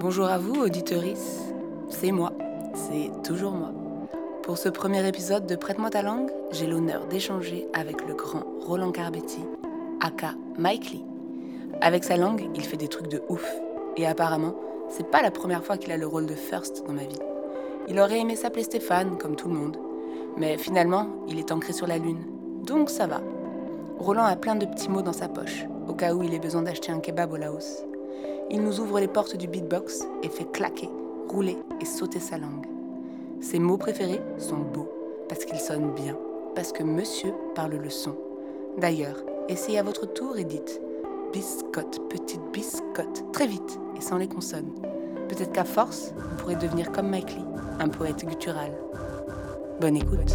Bonjour à vous, auditorice. C'est moi, c'est toujours moi. Pour ce premier épisode de Prête-moi ta langue, j'ai l'honneur d'échanger avec le grand Roland Carbetti, aka Mike Lee. Avec sa langue, il fait des trucs de ouf. Et apparemment, c'est pas la première fois qu'il a le rôle de first dans ma vie. Il aurait aimé s'appeler Stéphane, comme tout le monde. Mais finalement, il est ancré sur la Lune. Donc ça va. Roland a plein de petits mots dans sa poche, au cas où il ait besoin d'acheter un kebab au Laos. Il nous ouvre les portes du beatbox et fait claquer, rouler et sauter sa langue. Ses mots préférés sont beaux, parce qu'ils sonnent bien, parce que monsieur parle le son. D'ailleurs, essayez à votre tour et dites biscotte, petite biscotte, très vite et sans les consonnes. Peut-être qu'à force, vous pourrez devenir comme Mike Lee, un poète guttural. Bonne écoute.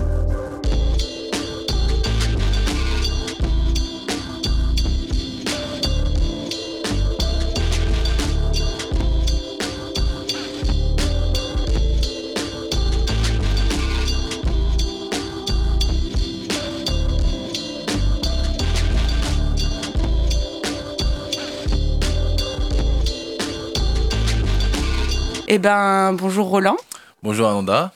Eh ben, bonjour Roland. Bonjour Ananda.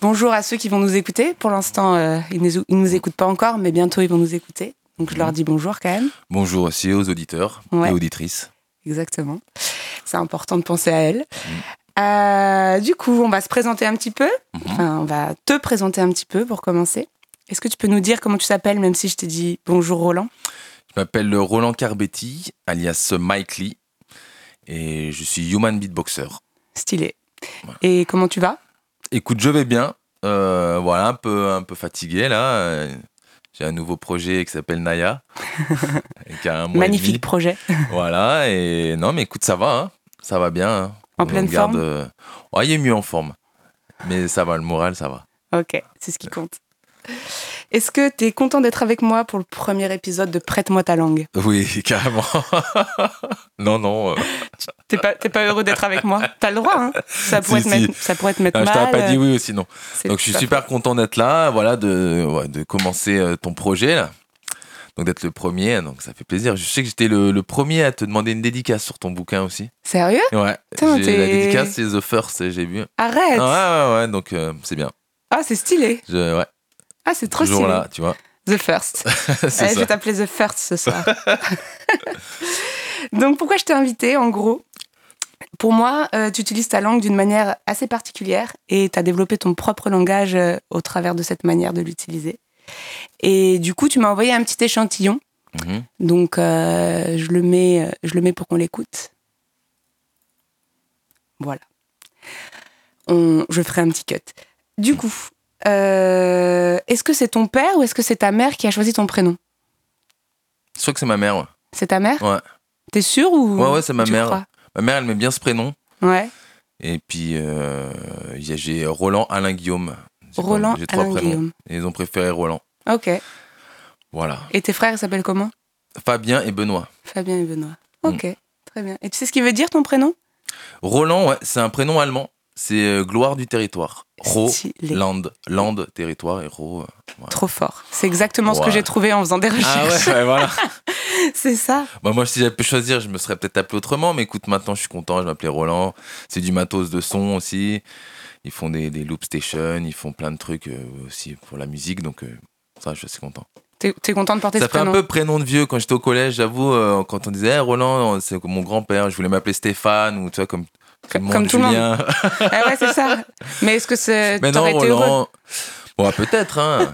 Bonjour à ceux qui vont nous écouter. Pour l'instant, euh, ils ne nous écoutent pas encore, mais bientôt ils vont nous écouter. Donc je leur dis bonjour quand même. Bonjour aussi aux auditeurs Ouais. et auditrices. Exactement. C'est important de penser à elles. Mm. Euh, du coup, on va se présenter un petit peu. Mhm. Enfin, on va te présenter un petit peu pour commencer. Est-ce que tu peux nous dire comment tu t'appelles, même si je t'ai dit bonjour Roland Je m'appelle Roland Carbetti, alias Mike Lee, et je suis human beatboxer. Stylé. Voilà. Et comment tu vas Écoute, je vais bien. Euh, voilà, un peu, un peu fatigué là. Euh, J'ai un nouveau projet qui s'appelle Naya. et qui a un mois et Magnifique projet. demi. Voilà, et non, mais écoute, ça va. hein. Ça va bien. hein. En pleine garde, forme euh, ouais, il est mieux en forme. Mais ça va, le moral, ça va. Ok, c'est ce qui compte. Est-ce que tu es content d'être avec moi pour le premier épisode de Prête-moi ta langue Oui, carrément. non, non. euh, T'es pas, t'es pas heureux d'être avec moi T'as le droit, hein ça pourrait, Si, te si. mettre, ça pourrait te mettre Ah, je mal. t'aurais pas dit euh, oui aussi, non. c'est Donc je suis pas- super content d'être là, voilà, de, ouais, de commencer euh, ton projet là. Donc d'être le premier, donc ça fait plaisir. Je sais que j'étais le, le premier à te demander une dédicace sur ton bouquin aussi. Sérieux Ouais. Putain, j'ai- t'es- la dédicace c'est The First, et j'ai vu. Ah, Arrête ouais, Ah, ouais, ouais, donc euh, c'est bien. c'est stylé Je, ouais, Ah, c'est trop toujours stylé là, tu vois. The First. c'est Allez, je ça. vais t'appeler The First ce soir. Donc pourquoi je t'ai invité en gros pour moi, euh, tu utilises ta langue d'une manière assez particulière et tu as développé ton propre langage euh, au travers de cette manière de l'utiliser. Et du coup, tu m'as envoyé un petit échantillon. Mhm. Donc euh, je, le mets, je le mets pour qu'on l'écoute. Voilà. On- je ferai un petit cut. Du coup, euh, est-ce que c'est ton père ou est-ce que c'est ta mère qui a choisi ton prénom Je crois que c'est ma mère. Ouais, C'est ta mère Ouais. T'es sûr ou ouais, ouais, c'est ma tu mère. crois Ma mère, elle met bien ce prénom. Ouais. Et puis euh, il y a- j'ai Roland, Alain, Guillaume. J'ai pas- Roland, j'ai trois Alain, prénoms. Guillaume. Et ils ont préféré Roland. Ok. Voilà. Et tes frères ils s'appellent comment Fabien et Benoît. Fabien et Benoît. Mm. Ok. Très bien. Et tu sais ce qu'il veut dire ton prénom Roland, ouais, c'est un prénom allemand. C'est euh, gloire du territoire. Ro, Stylé. land, land, territoire et Ro. euh. Trop fort. C'est exactement ce que Ouais. j'ai trouvé en faisant des Ah ouais, recherches. ouais, voilà. c'est ça. Bah, moi, si j'avais pu choisir, je me serais peut-être appelé autrement, mais écoute, maintenant, je suis content, je m'appelais Roland. C'est du matos de son aussi. Ils font des, des loop stations, ils font plein de trucs euh, aussi pour la musique, donc euh, ça, je suis assez content. T'es t'es content de porter Ça ce fait un prénom peu prénom de vieux. Quand j'étais au collège, j'avoue, euh, quand on disait Eh, Roland, c'est comme mon grand-père, je voulais m'appeler Stéphane, ou tu vois, comme, Comme- comme tout le monde. Julien. Ah ouais, c'est ça. Mais est-ce que c'est- Mais non, Euh, t'aurais été heureux Roland. Bon, peut-être, hein.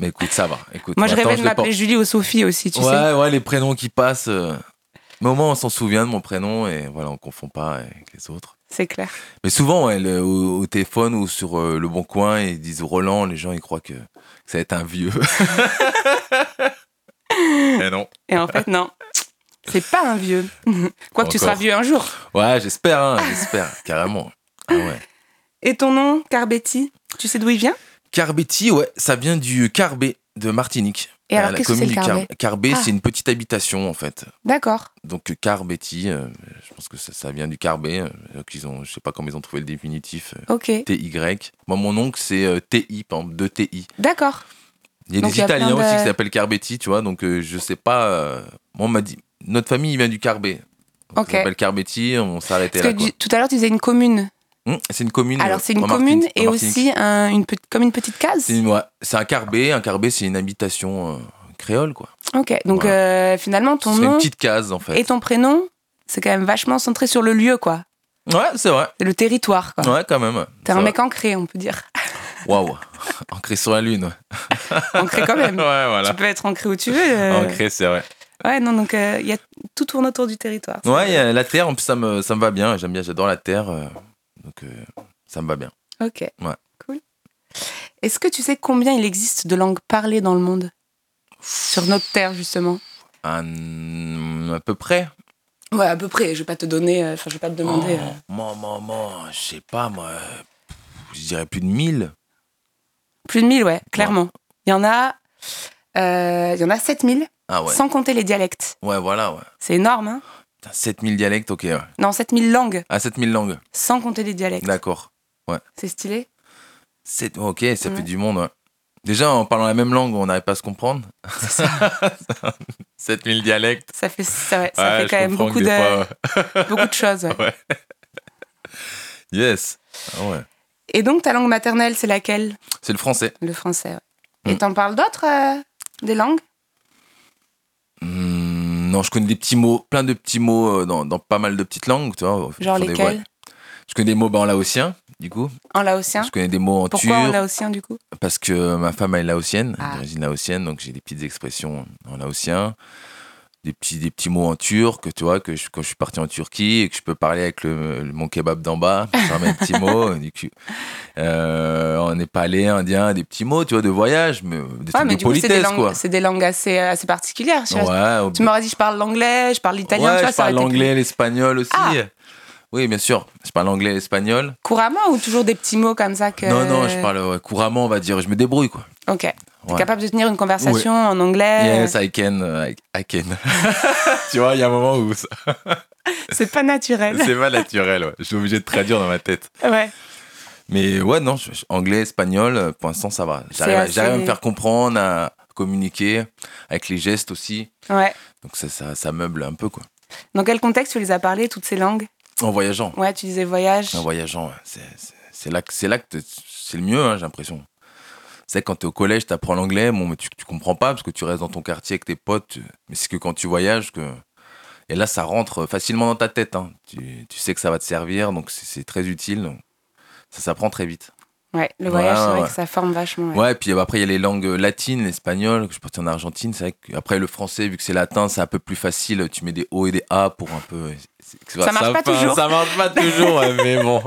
Mais écoute, ça va. Écoute, Moi, je maintenant, rêvais de les porte. m'appeler Julie ou Sophie aussi, tu sais. ouais, ouais, les prénoms qui passent. euh, Mais au moins, on s'en souvient de mon prénom et voilà, on confond pas avec les autres. C'est clair. Mais souvent, ouais, le- au, au téléphone ou sur euh, le bon coin, ils disent Roland, les gens, ils croient que ça va être un vieux. Mais non. Et en fait, non. C'est pas un vieux. Quoique tu seras Encore. vieux un jour. Ouais, j'espère, hein, j'espère, carrément. Ah ouais. Et ton nom, Carbetti, tu sais d'où il vient Carbetti, ouais, ça vient du Carbet de Martinique. Et alors, Euh, la qu'est-ce que c'est commune le du Car- Carbet Carbet, Ah. c'est une petite habitation, en fait. D'accord. Donc Carbetti, euh, je pense que ça, ça vient du Carbet. euh, donc ils ont, je sais pas comment ils ont trouvé le définitif. euh, Ok. TY. Moi, mon oncle, c'est euh, TI, par exemple, 2TI. D'accord. Il y a Donc, des il y a Italiens plein de- aussi qui s'appellent Carbetti, tu vois. Donc euh, je sais pas. euh, moi, on m'a dit. Notre famille, il vient du Carbet. Donc, Ok. Ça s'appelle Carbetti, on s'arrêtait Parce là. que quoi. du- tout à l'heure, tu disais une commune. Hum, c'est une commune. euh, Alors, c'est une en commune Martinique- et en Martinique. aussi un- une, pe- comme une petite case. C'est une- ouais, c'est un carbet. Un carbet, c'est une habitation euh, créole, quoi. Ok, donc euh, finalement, C'est ton une nom petite case, en fait. et ton prénom, c'est quand même vachement centré sur le lieu, quoi. Ouais, c'est vrai. C'est le territoire, quoi. Ouais, quand même. T'es Ça un va. mec ancré, on peut dire. Waouh. Ancré sur la lune. ouais. ancré quand même. Ouais, Tu voilà. peux être ancré où tu veux. euh. Ancré, Ah, c'est vrai. Ouais, non, donc euh, il y a tout tourne autour du territoire. Ouais, il y a la terre, en plus, ça me, ça me va bien. J'aime bien, j'adore la terre. euh, donc, euh, ça me va bien. Ok. Cool. Est-ce que tu sais combien il existe de langues parlées dans le monde Sur notre terre, justement Un- à peu près. Ouais, à peu près. Je vais pas te donner, euh, enfin, je vais pas te demander. Oh, euh. Moi, moi, moi, je sais pas, moi. euh, Je dirais plus de 1000. Plus de 1000, ouais, clairement. Il y en a. euh, Il y en a 7000, Ah ouais. sans compter les dialectes. Ouais, voilà, ouais. C'est énorme, hein Putain, 7000 dialectes, ok. Ouais. Non, 7000 langues, Ah, 7000 langues. sans compter les dialectes. D'accord. C'est stylé Sept- Ok, ça Ouais. fait du monde. ouais. Déjà, en parlant la même langue, on n'arrive pas à se comprendre. C'est ça. 7000 dialectes. ça fait, ça, ouais, ça Ouais, fait je quand même comprends beaucoup que de, des fois, ouais. beaucoup de choses. ouais. Yes. Ah ouais. Et donc, ta langue maternelle, c'est laquelle C'est le français. Le français. ouais. Et Mm. t'en parles d'autres euh, Des langues Hmm, non, je connais des petits mots, plein de petits mots euh, dans, dans pas mal de petites langues, tu vois. Genre Sur des- lesquelles ouais. Je connais des mots ben, en laotien, du coup. En laotien Je connais des mots en Pourquoi en turc. laotien, du coup parce que ma femme elle est laotienne, Ah. d'origine laotienne, donc j'ai des petites expressions en laotien, des petits, des petits mots en turc, tu vois, que je- quand je suis parti en Turquie et que je peux parler avec le, le- mon kebab d'en bas, faire mes petits mots, du coup, euh, en népalais, indien, des petits mots, tu vois, de voyage, mais euh, des Ouais, trucs mais de du coup, c'est des politesse, quoi. langues, c'est des langues assez, assez particulières. tu vois. Ouais, au- Tu m'aurais dit, je parle l'anglais, je parle l'italien, ouais, tu vois, je ça aurait parle été plus- l'anglais, l'espagnol aussi. Ah. Oui, bien sûr, je parle anglais, l'espagnol. Couramment ou toujours des petits mots comme ça que... Non, non, je parle ouais, couramment, on va dire, je me débrouille, quoi. Ok. T'es Ouais. capable de tenir une conversation en anglais Yes, I can. euh, I, I can. tu vois, il y a un moment où ça- C'est pas naturel. c'est pas naturel. ouais. Je suis obligé de traduire dans ma tête. ouais. Mais ouais, non, je- je- anglais, espagnol, euh, pour l'instant, ça va. J'arrive à- assez- j'arrive à me faire comprendre, à communiquer, avec les gestes aussi. Ouais. Donc ça, ça, ça meuble un peu, quoi. Dans quel contexte tu les as parlé, toutes ces langues En voyageant. Ouais, tu disais voyage. En voyageant, Ah ouais, c'est- c'est c'est là, que- c'est là que t'es- c'est le mieux, hein, j'ai l'impression. C'est quand t'es au collège, t'apprends l'anglais, bon, mais tu, tu comprends pas parce que tu restes dans ton quartier avec tes potes. tu- Mais c'est que quand tu voyages que et là, ça rentre facilement dans ta tête. hein. Tu, tu sais que ça va te servir, donc c'est c'est très utile. donc Ça s'apprend très vite. Ouais, le Ouais, voyage, c'est ouais, vrai ouais. que ça forme vachement. Ouais, et puis euh, après, il y a les langues latines, l'espagnol. que Je suis parti en Argentine, c'est vrai que après le français, vu que c'est latin, c'est un peu plus facile. Tu mets des O et des A pour un peu. Ça marche pas toujours. Ça marche pas toujours, ouais, mais bon,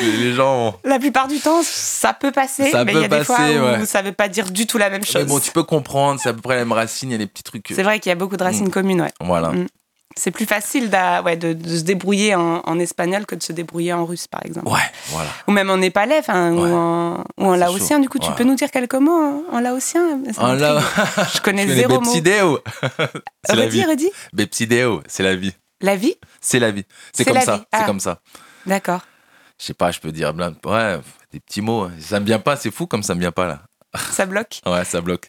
les gens. ont- La plupart du temps, ça peut passer, Ça mais il peut y a des fois passer, où ouais. Ah, ça veut pas dire du tout la même Mais chose. bon, tu peux comprendre, c'est à peu près la même racine, il y a des petits trucs. euh, C'est vrai qu'il y a beaucoup de racines communes, ouais. Voilà. Mm. C'est plus facile d'a- ouais, de, de se débrouiller en, en espagnol que de se débrouiller en russe, par exemple. Ouais, voilà. Ou même en népalais, enfin, Ouais. ou en, ou en C'est laotien. chaud. Du coup, tu Ouais. peux nous dire quelques mots en, en laotien Ça Ah, là, m'intrigue. Je connais je connais zéro mot. Bepsideo. c'est la Redis, vie. redis. Bepsideo, c'est la vie. La vie C'est la vie. C'est C'est comme la vie. ça. Ah. C'est comme ça. D'accord. Je sais pas, je peux dire plein de- Ouais, des petits mots. hein. Ça me vient pas, c'est fou comme ça me vient pas là. Ça bloque. Ouais, ça bloque.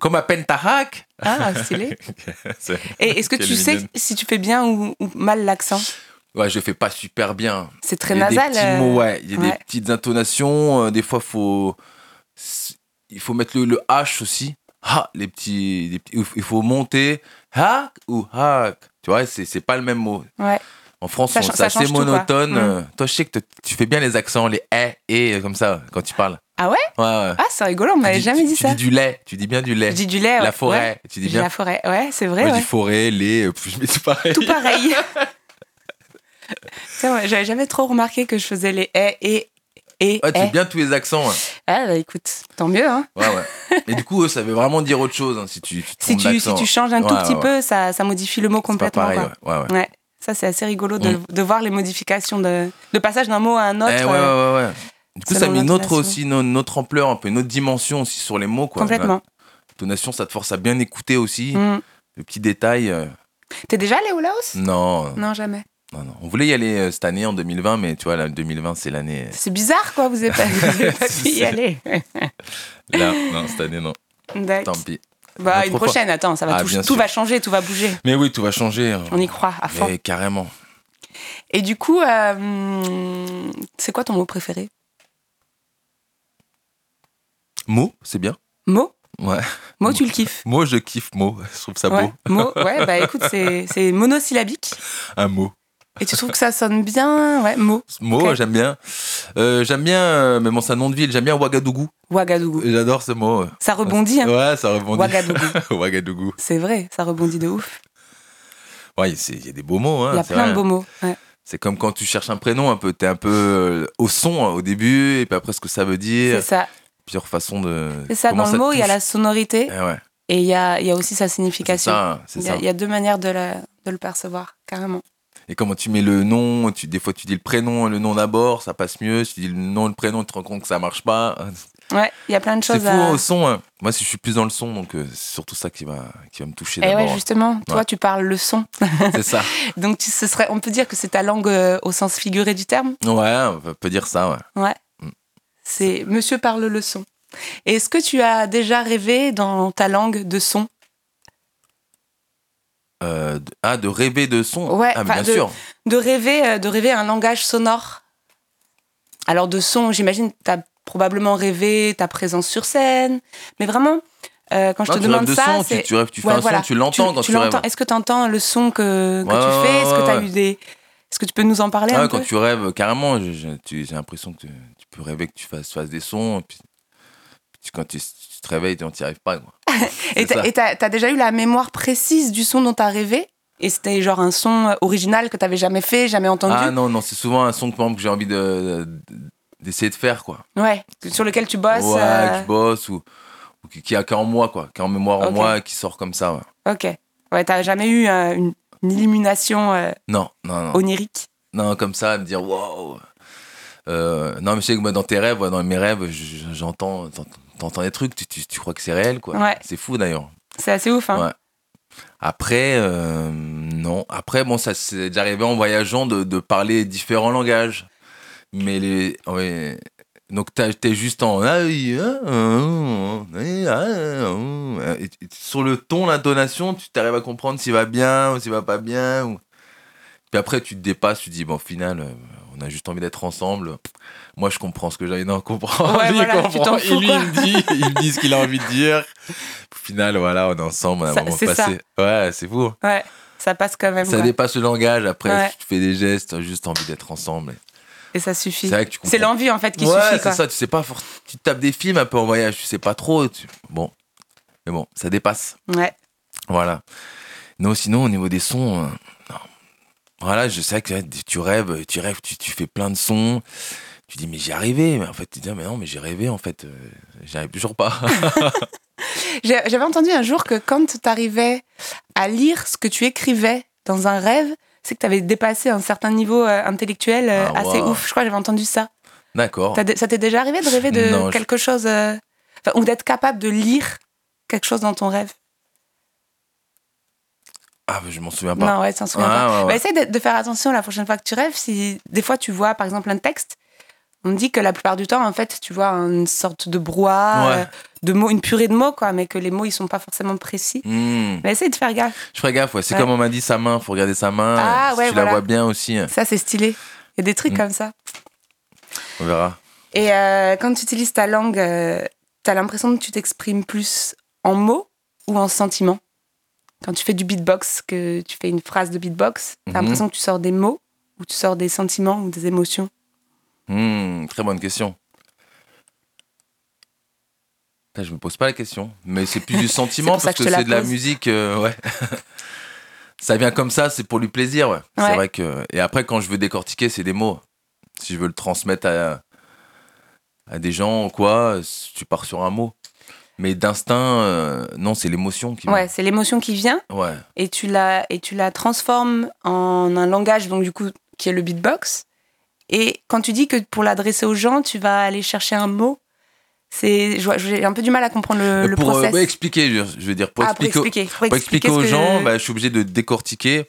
Comme à Pentahak. Ah, stylé. C'est- Et est-ce que Quelle tu sais mignonne. si tu fais bien ou, ou mal l'accent Ouais, je fais pas super bien. C'est très Il y a nasal. Des petits euh, mots, ouais. Il y a ouais. des petites intonations. euh, des fois, faut s- il faut mettre le, le H aussi. Ha, les petits, les petits- il faut monter hak ou hak. Tu vois, c'est c'est pas le même mot. ouais. En France, Ça on- cha- c'est ça change assez tout, quoi. monotone. Mm. euh, Toi, je sais que te- tu fais bien les accents, les eh, et comme ça quand tu parles. Ah ouais Ouais, ouais. Ah, c'est rigolo, on Tu m'avait dis- jamais tu- dit tu ça. dis du lait, tu dis bien du lait. Je dis du lait. ouais. La forêt, tu Ouais. dis Je dis bien. la forêt, ouais, c'est vrai. Moi, je ouais. dis forêt, lait, euh, je mets tout pareil. Tout pareil. Tiens, ouais, J'avais jamais trop remarqué que je faisais les et et et. Ouais, tu eh. fais Ah, bien tous les accents. hein. Ah bah écoute, tant mieux. Hein. Ouais, ouais. Et du coup, eux, ça veut vraiment dire autre chose hein, si tu, tu Si tournes tu, si l'accent. tu changes un tout Ouais, petit ouais, peu, ça, ça modifie le mot C'est pas complètement. pareil. quoi. ouais, ouais, ouais. Mm. Ouais, ça c'est assez rigolo de, de voir les modifications de, de passage d'un mot à un autre. Eh, ouais, euh, ouais, ouais, ouais. Du coup, ça selon met une autre l'intonation. aussi, une, une autre ampleur, un peu une autre dimension aussi sur les mots. Quoi. complètement. L'intonation, ça te force à bien écouter aussi. Mm. Le petit détail. euh, T'es déjà allé au Laos Non, Non, jamais. non, non. On voulait y aller euh, cette année en 2020, mais tu vois, là, 2020, c'est l'année. C'est bizarre quoi, vous avez pas, vous avez pas pu y C'est- aller. Là, euh, non, cette année, non. Tant D'accord. pis. Bah, Ah, une pourquoi prochaine, attends, ça va Ah, tout, bien tout sûr. va changer, tout va bouger. Mais oui, tout va changer. hein. On y croit à fond. Mais carrément. Et du coup, euh, hum, c'est quoi ton mot préféré Mot, c'est bien. Mot Ouais. Mot, tu le kiffes Mot, je kiffe mot. Je trouve ça ouais. beau. Mot, ouais, bah écoute, c'est c'est monosyllabique. Un mot. Et tu trouves que ça sonne bien Ouais, mot. Mot, Ok. j'aime bien. Euh, j'aime bien, euh, mais bon, c'est un nom de ville. J'aime bien Ouagadougou. Ouagadougou. J'adore ce mot. Ça rebondit, hein Euh, Ouais, ça rebondit. Ouagadougou. Ouagadougou. C'est vrai, ça rebondit de ouf. Ouais, c'est- il y a des beaux mots. Hein, Il y a c'est plein de vrai. beaux mots. ouais. C'est comme quand tu cherches un prénom un peu. T'es un peu euh, au son hein, au début, et puis après ce que ça veut dire. C'est ça. Plusieurs façons de. C'est ça, comment dans le mot, te il y a touche. la sonorité Eh ouais, et il y a, il y a aussi sa c'est signification. ça, hein, c'est Il y, a, ça. il y a deux manières de, la- de le percevoir, carrément. Et comment tu mets le nom, tu, des fois tu dis le prénom, le nom d'abord, ça passe mieux. Si tu dis le nom, le prénom, tu te rends compte que ça marche pas. Ouais, il y a plein de C'est choses fou à. hein, au son. hein. Moi, si je suis plus dans le son, donc euh, c'est surtout ça qui va, qui va me toucher Et d'abord. Eh ouais, justement, toi, Ouais. tu parles le son. C'est ça. Donc, tu- ce serait, on peut dire que c'est ta langue euh, au sens figuré du terme. Ouais, on peut dire ça. Ouais. Mm. C'est Monsieur parle le son. Et Est-ce que tu as déjà rêvé dans ta langue de son Euh, de- ah, de rêver de son. Ouais, ah, mais enfin, bien de- sûr. De rêver, euh, de rêver un langage sonore Alors, de son, j'imagine, tu as probablement rêvé ta présence sur scène. Mais vraiment, euh, quand je Non, te tu rêves demande de ça. son, c'est- tu, tu rêves, tu fais Ouais, un voilà. son, tu l'entends quand tu, rêves. l'entends. Est-ce que tu entends le son que, que Ouais, tu ouais, fais Est-ce que ouais, tu as ouais. eu des. Est-ce que tu peux nous en parler Ah, un quand peu tu rêves, carrément, je- je- tu- j'ai l'impression que tu, tu peux rêver que tu fasses, fasses des sons. Et puis, puis quand tu, tu te réveilles, on n'y arrive pas. quoi. Et C'est ça. t'as- Et t'as as déjà eu la mémoire précise du son dont t'as rêvé Et c'était genre un son euh, original que t'avais jamais fait, jamais entendu Ah non, non, c'est souvent un son que, par exemple, que j'ai envie de- de- d'essayer de, faire. quoi. Ouais, sur lequel tu bosses. ouais, euh, que je bosse ou, ou qui, qui a qu'en moi, quoi, qui a en mémoire en Ok. moi et qui sort comme ça. ouais. Ok. Ouais, t'as jamais eu euh, une, une illumination euh, Non, non, non. onirique Non, comme ça, me dire waouh. Euh, non, mais je sais que moi, dans tes rêves, ouais, dans mes rêves, je- je- j'entends, t'ent- t'entends des trucs, tu, tu- tu crois que c'est réel, quoi. Ouais. C'est fou d'ailleurs. C'est assez ouf, hein Ouais. Après, euh, non. Après, bon, ça c'est déjà arrivé en voyageant de, de parler différents langages. Mais les. ouais. Donc, t'as- t'es juste en. ah oui, ah, ah, ah, ah, ah. Et tu- Sur le ton, l'intonation, tu t'arrives à comprendre s'il va bien ou s'il va pas bien. ou- Puis après, tu te dépasses, tu te dis, bon, au final, euh, on a juste envie d'être ensemble. Moi, je comprends ce que j'avais envie de comprendre. Ouais, Lui, il voilà, tu comprend. t'en Et fous, lui, quoi. il me dit, il me dit ce qu'il a envie de dire. Au final, voilà, on est ensemble, on a un Ça- moment c'est passé. Ouais, c'est fou. Ouais, ça passe quand même. Ça quoi. dépasse le langage. Après, Ouais. tu fais des gestes, t'as juste envie d'être ensemble. Et ça C'est suffit. vrai que tu comprends. C'est l'envie, en fait, qui ouais, suffit, quoi. c'est ça. Tu sais pas, for- tu te tapes des films un peu en voyage, tu sais pas trop. tu- Bon, mais bon, ça dépasse. Ouais. Voilà. Non, sinon au niveau des sons, euh, non. voilà, je sais que ouais, tu rêves, tu rêves, tu, tu fais plein de sons. Tu dis mais j'y arrivais, mais en fait tu dis ah, mais non mais j'ai rêvé en fait, euh, j'y arrive toujours pas. J'ai- J'avais entendu un jour que quand t'arrivais à lire ce que tu écrivais dans un rêve, c'est que t'avais dépassé un certain niveau euh, intellectuel euh, Ah, assez waouh. ouf. Je crois que j'avais entendu ça. D'accord. T'as dé- ça t'est déjà arrivé de rêver de Non, je- quelque chose euh, enfin, ou d'être capable de lire quelque chose dans ton rêve Ah mais je m'en souviens pas. Non, ouais, t'en souviens pas. Ah, ouais, Bah, ouais. essaie de, de faire attention la prochaine fois que tu rêves. Si des fois tu vois, par exemple, un texte, on dit que la plupart du temps, en fait, tu vois une sorte de brouhaha, Ouais. euh, de mots, une purée de mots, quoi, mais que les mots ils sont pas forcément précis. Hmm. Mais essaie de faire gaffe. Je ferai gaffe, ouais. C'est Ouais. comme on m'a dit sa main, faut regarder sa main. Ah, si ouais, tu voilà. la vois bien aussi, hein. Ça, c'est stylé. Il y a des trucs Mm. comme ça. on verra. Et euh, quand tu utilises ta langue, euh, t'as l'impression que tu t'exprimes plus en mots ou en sentiments Quand tu fais du beatbox, que tu fais une phrase de beatbox, t'as Mhm. l'impression que tu sors des mots ou tu sors des sentiments ou des émotions Hmm, très bonne question. Putain, je me pose pas la question, mais c'est plus du sentiment pour ça parce que je que, te la c'est de la pose. musique, euh, ouais. ça vient comme ça, c'est pour lui plaisir, ouais. Ouais. C'est vrai que et après quand je veux décortiquer, c'est des mots. Si je veux le transmettre à à des gens ou quoi, tu pars sur un mot. Mais d'instinct, euh, non, c'est l'émotion qui. Ouais, c'est l'émotion qui vient Ouais. et tu la, et tu la transformes en un langage, donc du coup, qui est le beatbox. Et quand tu dis que pour l'adresser aux gens, tu vas aller chercher un mot, c'est, je vois- j'ai un peu du mal à comprendre le, le pour euh, process. ouais, expliquer, je, je veux dire pour Ah, expliquer, au- Pour Pour expliquer aux ce que- gens, bah, je suis obligé de décortiquer.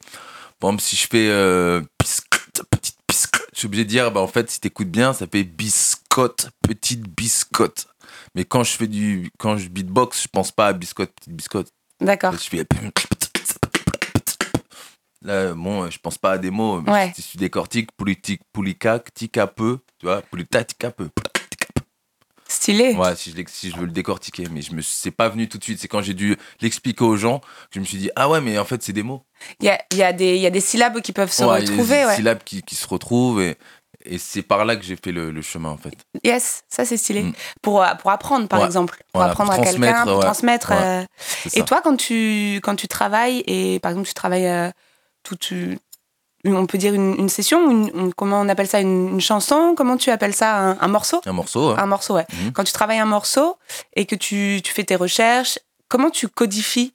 Par exemple, si je fais euh, biscotte, petite biscotte, je suis obligé de dire, bah, en fait, si t'écoutes bien, ça fait biscotte, petite biscotte. Mais quand je fais du. Quand je beatbox, je pense pas à biscotte, petite biscotte. D'accord. Je fais. Là, bon, je pense pas à des mots. Mais Ouais. Si tu décortiques, politique, policac, tica peu, tu vois, polita, tica peu. Stylé. euh, Ouais, si je, l'ex- si je veux le décortiquer, mais je me c'est pas venu tout de suite. C'est quand j'ai dû l'expliquer aux gens que je me suis dit ah ouais, mais en fait c'est des mots. Il y a, il y a des il y a des syllabes qui peuvent se Ouais, il y a des retrouver. Ouais. syllabes qui, qui se retrouvent et, et c'est par là que j'ai fait le, le chemin en fait. Yes, ça c'est stylé. Mm. Pour, euh, pour apprendre, par Ouais. exemple. Pour Voilà, pour apprendre à quelqu'un, transmettre, pour ouais. transmettre. Ouais, euh, C'est Et ça. toi, quand tu, quand tu travailles, et par exemple, tu travailles euh, tout, tu- une- on peut dire une, une session, une- une- comment on appelle ça, une, une chanson, comment tu appelles ça, un, un morceau Un morceau. hein. Un morceau, ouais. Mhm. Quand tu travailles un morceau et que tu, tu fais tes recherches, comment tu codifies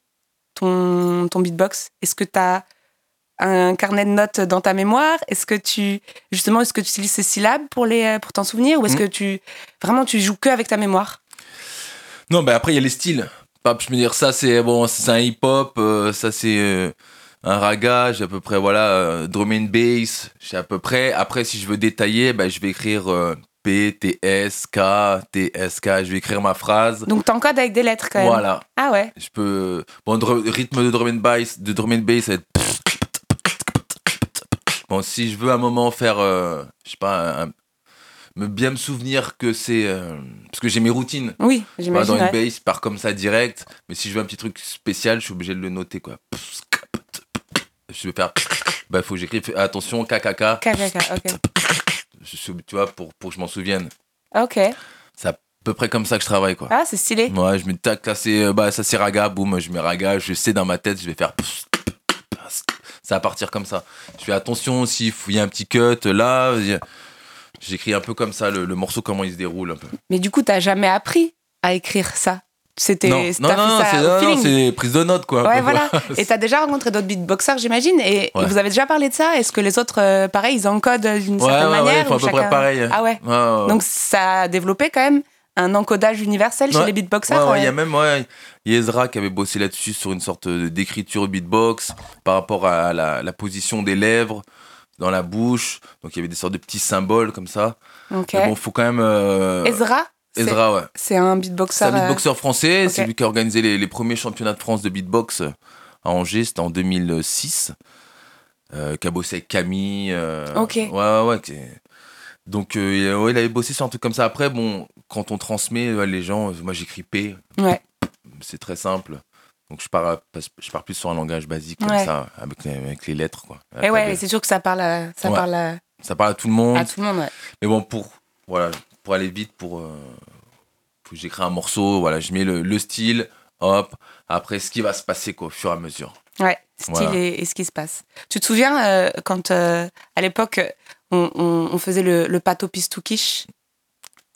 ton, ton beatbox Est-ce que tu as un carnet de notes dans ta mémoire Est-ce que tu justement est-ce que tu utilises ces syllabes pour les euh, pour t'en souvenir ou est-ce Mhm. que tu vraiment tu joues que avec ta mémoire Non, mais après, il y a les styles. Pap, je veux dire, ça, c'est bon, c'est un hip-hop, euh, ça, c'est euh, un raga, j'ai à peu près, voilà, euh, drum and bass, j'ai à peu près. Après, si je veux détailler, bah, je vais écrire euh, P, T, S, K, T, S, K, je vais écrire ma phrase. Donc t'encodes avec des lettres quand même. Voilà. Ah ouais. Je peux. Bon, dru- rythme de drum and bass, de drum and bass, ça va être. Bon, si je veux à un moment faire, euh, je sais pas, un- me bien me souvenir que c'est. euh, parce que j'ai mes routines. Oui, Pas j'imagine. Bah, dans ouais. une base, part comme ça direct. Mais si je veux un petit truc spécial, je suis obligé de le noter quoi. Je veux faire. Bah, faut que j'écrive. fais- Attention, KKK. KKK, ok. Je suis- Tu vois, pour, pour que je m'en souvienne. Ok. C'est à peu près comme ça que je travaille quoi. Ah, c'est stylé. Ouais, je mets tac, là c'est. euh, Bah, ça c'est raga, boum, je mets raga, je sais dans ma tête, je vais faire. Ça va partir comme ça. Je fais attention s'il faut- il y a un petit cut là. il y a- J'écris un peu comme ça le, le morceau, comment il se déroule un peu. Mais du coup, t'as jamais appris à écrire ça. C'était Non, t'as non, fait non, ça c'est- au non, non, feeling. c'est prise de notes quoi. un Ouais, peu, voilà. Et t'as déjà rencontré d'autres beatboxers, j'imagine. Et Ouais. vous avez déjà parlé de ça. Est-ce que les autres, euh, pareil, ils encodent d'une Ouais, certaine ouais, ouais, manière ils font ou à peu chacun- près pareil. Ah ouais. Ouais, ouais, ouais. Donc ça a développé quand même un encodage universel chez Ouais. les Ouais, beatboxers. ouais, il y a euh. même ouais, il y a Ezra qui avait bossé là-dessus sur une sorte de- d'écriture beatbox par rapport à la, la position des lèvres dans la bouche. Donc il y avait des sortes de petits symboles comme ça. Ok. Mais bon, faut quand même. euh, Ezra, c'est- Ezra, ouais. c'est un C'est beatboxer. un euh, beatboxer français. C'est ok. lui qui a organisé les, les premiers championnats de France de beatbox euh, à Angers. C'était en 2006. Euh, qui a bossé avec Camille. euh, Ok. Ouais, ouais, ouais. qui est- Donc, euh, il, ouais, il avait bossé sur un truc comme ça. Après, bon, quand on transmet, ouais, les gens, euh, moi j'écris P. euh, Ouais. C'est très simple. Donc, je pars, à- je pars plus sur un langage basique comme Ouais. ça, avec, les- avec les lettres. Quoi. Et ouais, c'est sûr que ça parle, à- ça Ouais. parle à, Ça parle à tout le monde. à tout le monde. hein. ouais. Mais bon, pour, voilà, pour aller vite, pour, euh, pour- j'écris un morceau, voilà, je mets le, le style, hop, après ce qui va se passer quoi, au fur et à mesure. Ouais, style Voilà. et, et ce qui se passe. Tu te souviens euh, quand, euh, à l'époque, on, on- on faisait le, le pato pistoukish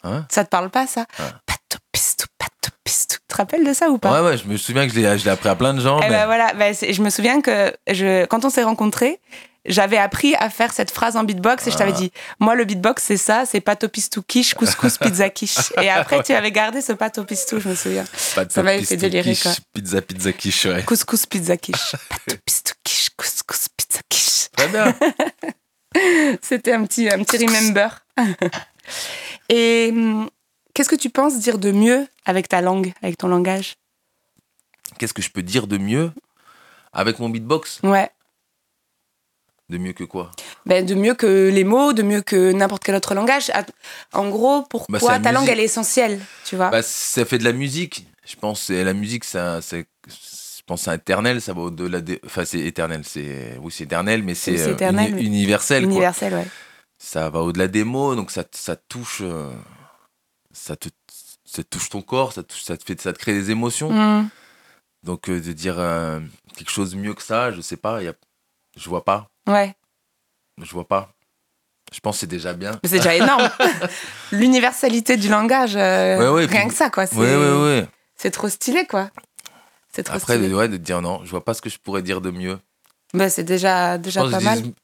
Hein Ça te parle pas, ça Ouais. Pato pistou, pato pistou. Tu te rappelles de ça ou pas Ouais, ouais, je me souviens que je l'ai je l'ai appris à plein de gens. Eh mais- ben voilà, ben c'est- je me souviens que je, quand on s'est rencontrés, j'avais appris à faire cette phrase en beatbox et je t'avais Ah. dit, moi le beatbox c'est ça, c'est pato pistou quiche, couscous pizza quiche. Et après tu avais gardé ce pato pistou, je me souviens. Pas de Ça m'avait piste fait délirer, quiche, quoi. Pizza, pizza, quiche, ouais. Couscous pizza quiche, pato pistou quiche, couscous pizza quiche. Très bien. C'était un petit, un petit remember. Et hum, qu'est-ce que tu penses dire de mieux avec ta langue, avec ton langage Qu'est-ce que je peux dire de mieux avec mon beatbox Ouais. De mieux que quoi Ben, de mieux que les mots, de mieux que n'importe quel autre langage. À- En gros, pourquoi Bah, c'est la ta langue, musique. elle est essentielle, tu vois Bah, ça fait de la musique. Je pense que la musique, ça, c'est- je pense que c'est éternel. Ça va au-delà des. Enfin, c'est éternel. C'est oui, c'est éternel, mais c'est c'est euh, éternel, uni- mais- universel. quoi. Universelle, ouais. Ça va au-delà des mots, donc ça, ça touche, euh, ça te, ça touche ton corps, ça, touche- ça te fait, ça te crée des émotions. Mm. Donc euh, de dire euh, quelque chose mieux que ça, je sais pas. y a- je vois pas, Ouais, je vois pas. Je pense que c'est déjà bien. Mais c'est déjà énorme. L'universalité du langage, euh, Ouais, ouais, rien puis- que ça, quoi. C'est Ouais, ouais, ouais. c'est trop stylé, quoi. C'est trop Après, stylé. de, ouais, de dire non, je vois pas ce que je pourrais dire de Oh, mieux. Bah, c'est déjà, Je déjà pense pas que je mal. dis-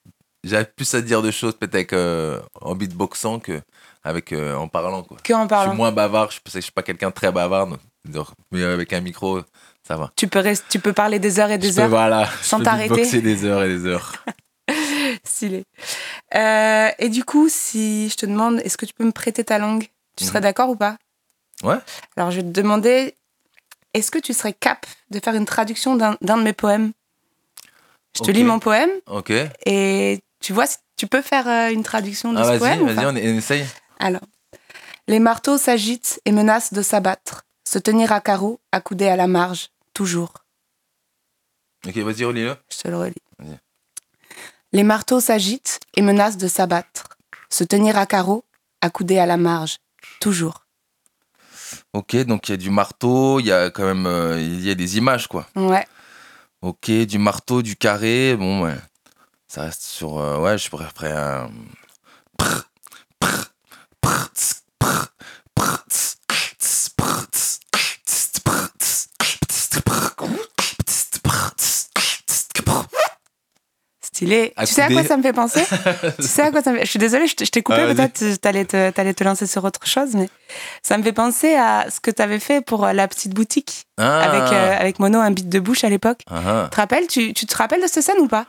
J'avais plus à dire de choses peut-être euh, en beatboxant que avec euh, en parlant quoi. Que en Je parlant. suis moins bavard, je, sais que je suis pas quelqu'un de très bavard, donc- donc- mais avec un micro, ça va. Tu, peux rest- tu peux parler des heures et je des peux, heures. voilà, sans je peux t'arrêter. beatboxer des heures et des heures. Stylé. Euh, et du coup, si je te demande, est-ce que tu peux me prêter ta langue Tu serais d'accord ou pas Mhm. Ouais. Alors, je vais te demander, est-ce que tu serais cap de faire une traduction d'un d'un de mes poèmes Je te Ok. lis mon poème Ok. et tu vois si tu peux faire euh, une traduction de Ah, ce vas-y, poème. ou pas vas-y, on, on essaye. Alors, les marteaux s'agitent et menacent de s'abattre, se tenir à carreau, accoudés à la marge, toujours. Ok, vas-y, relis-le. Je te le relis. Vas-y. Les marteaux s'agitent et menacent de s'abattre, se tenir à carreau, accoudés à la marge, toujours. Ok, donc il y a du marteau, il y a quand même euh, il y a des images, quoi. Ouais, Ok, du marteau, du carré, bon, ouais. Ça reste sur. euh, ouais, je pourrais après un. Prr, prr, prr, tss, prr, prr, tss, tss, prr, tss, tss, prr, tss, tss, prr, tss, prr, tss, tss, prr. stylé. Tu sais à Accoudés. quoi ça me fait penser Tu sais à quoi ça me fait... Je suis désolée, je t- je t'ai coupé, Ah, vas-y. peut-être euh, t'allais te, t'allais te lancer sur autre chose, mais ça me fait penser à ce que t'avais fait pour euh, la petite boutique, Ah, avec, euh, avec Mono, un beat de bouche à l'époque. ah, Tu te rappelles tu, tu te rappelles de cette scène ou pas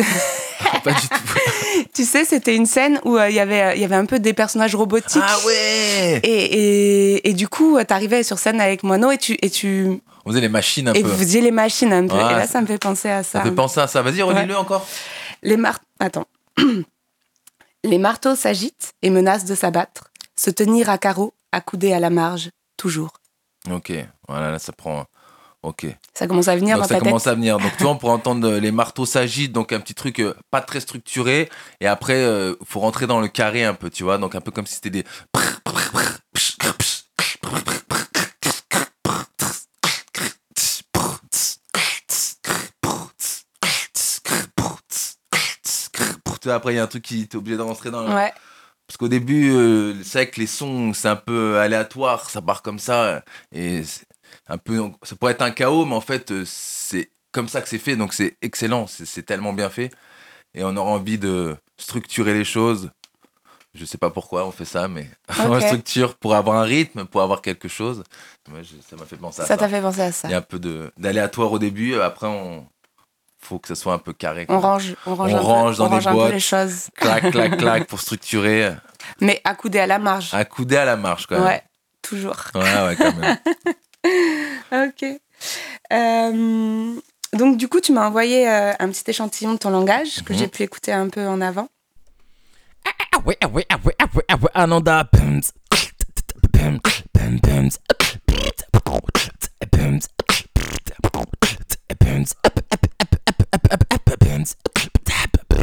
ah, pas du tout. Tu sais, c'était une scène où euh, il y avait, euh, il y avait un peu des personnages robotiques. Ah ouais Et, et, et du coup, euh, t'arrivais sur scène avec Mono et tu et tu On faisait les machines un et peu. vous faisiez les machines un peu. Ouais. Et là, ça me fait penser à ça. Ça fait penser à ça. Vas-y, relis-le encore. Les mar- Attends. les marteaux s'agitent et menacent de s'abattre, se tenir à carreau, accoudés à la marge, toujours. Ok, voilà, là, ça prend. euh, Ok. Ça commence à venir Donc, dans ça ta commence tête. à venir. Donc, tu vois, on pourrait entendre euh, les marteaux s'agitent, donc un petit truc euh, pas très structuré. Et après, il faut rentrer dans le carré un peu, tu vois. Donc, un peu comme si c'était des. Tu vois, Après, il y a un truc qui t'es obligé de rentrer dans le- Ouais. Parce qu'au début, euh, c'est vrai que les sons, c'est un peu aléatoire, ça part comme ça. euh, Et c'est un peu, ça pourrait être un chaos, mais en fait, euh, c'est comme ça que c'est fait, donc c'est excellent, c'est c'est tellement bien fait. Et on aura envie de structurer les choses. Je sais pas pourquoi on fait ça, mais on Ok. structure pour avoir un rythme, pour avoir quelque chose. Moi, je- ça m'a fait penser à Ça ça. t'a fait penser à ça. Il y a un peu de- d'aléatoire au début, après, on faut que ça soit un peu carré. On quoi. range, on range, On un, peu- range dans on des range un peu boîtes. les choses, Clac, clac, clac pour structurer. euh, mais accoudés à la marge. Un coudé à la marche, quand même. ouais, toujours. Ouais, ouais, quand même. Ok. Euh, donc, du coup, tu m'as envoyé euh, un petit échantillon de ton langage que Mhm. j'ai pu écouter un peu en avant. Ah ouais, ah ouais, ah ouais, ah ouais, ah ouais, Ananda. Pums. Pum, pum, pums. Pums. Pums. Pums.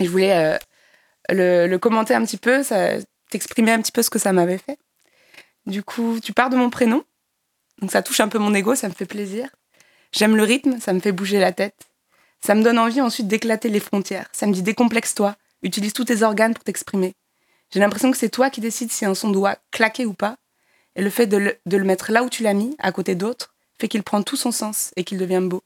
Et je voulais euh, le, le commenter un petit peu, ça- t'exprimer un petit peu ce que ça m'avait fait. Du coup, tu pars de mon prénom, donc ça touche un peu mon ego, ça me fait plaisir. J'aime le rythme, ça me fait bouger la tête. Ça me donne envie ensuite d'éclater les frontières. Ça me dit décomplexe-toi, utilise tous tes organes pour t'exprimer. J'ai l'impression que c'est toi qui décides si un son doit claquer ou pas. Et le fait de le, de le mettre là où tu l'as mis, à côté d'autres, fait qu'il prend tout son sens et qu'il devient beau.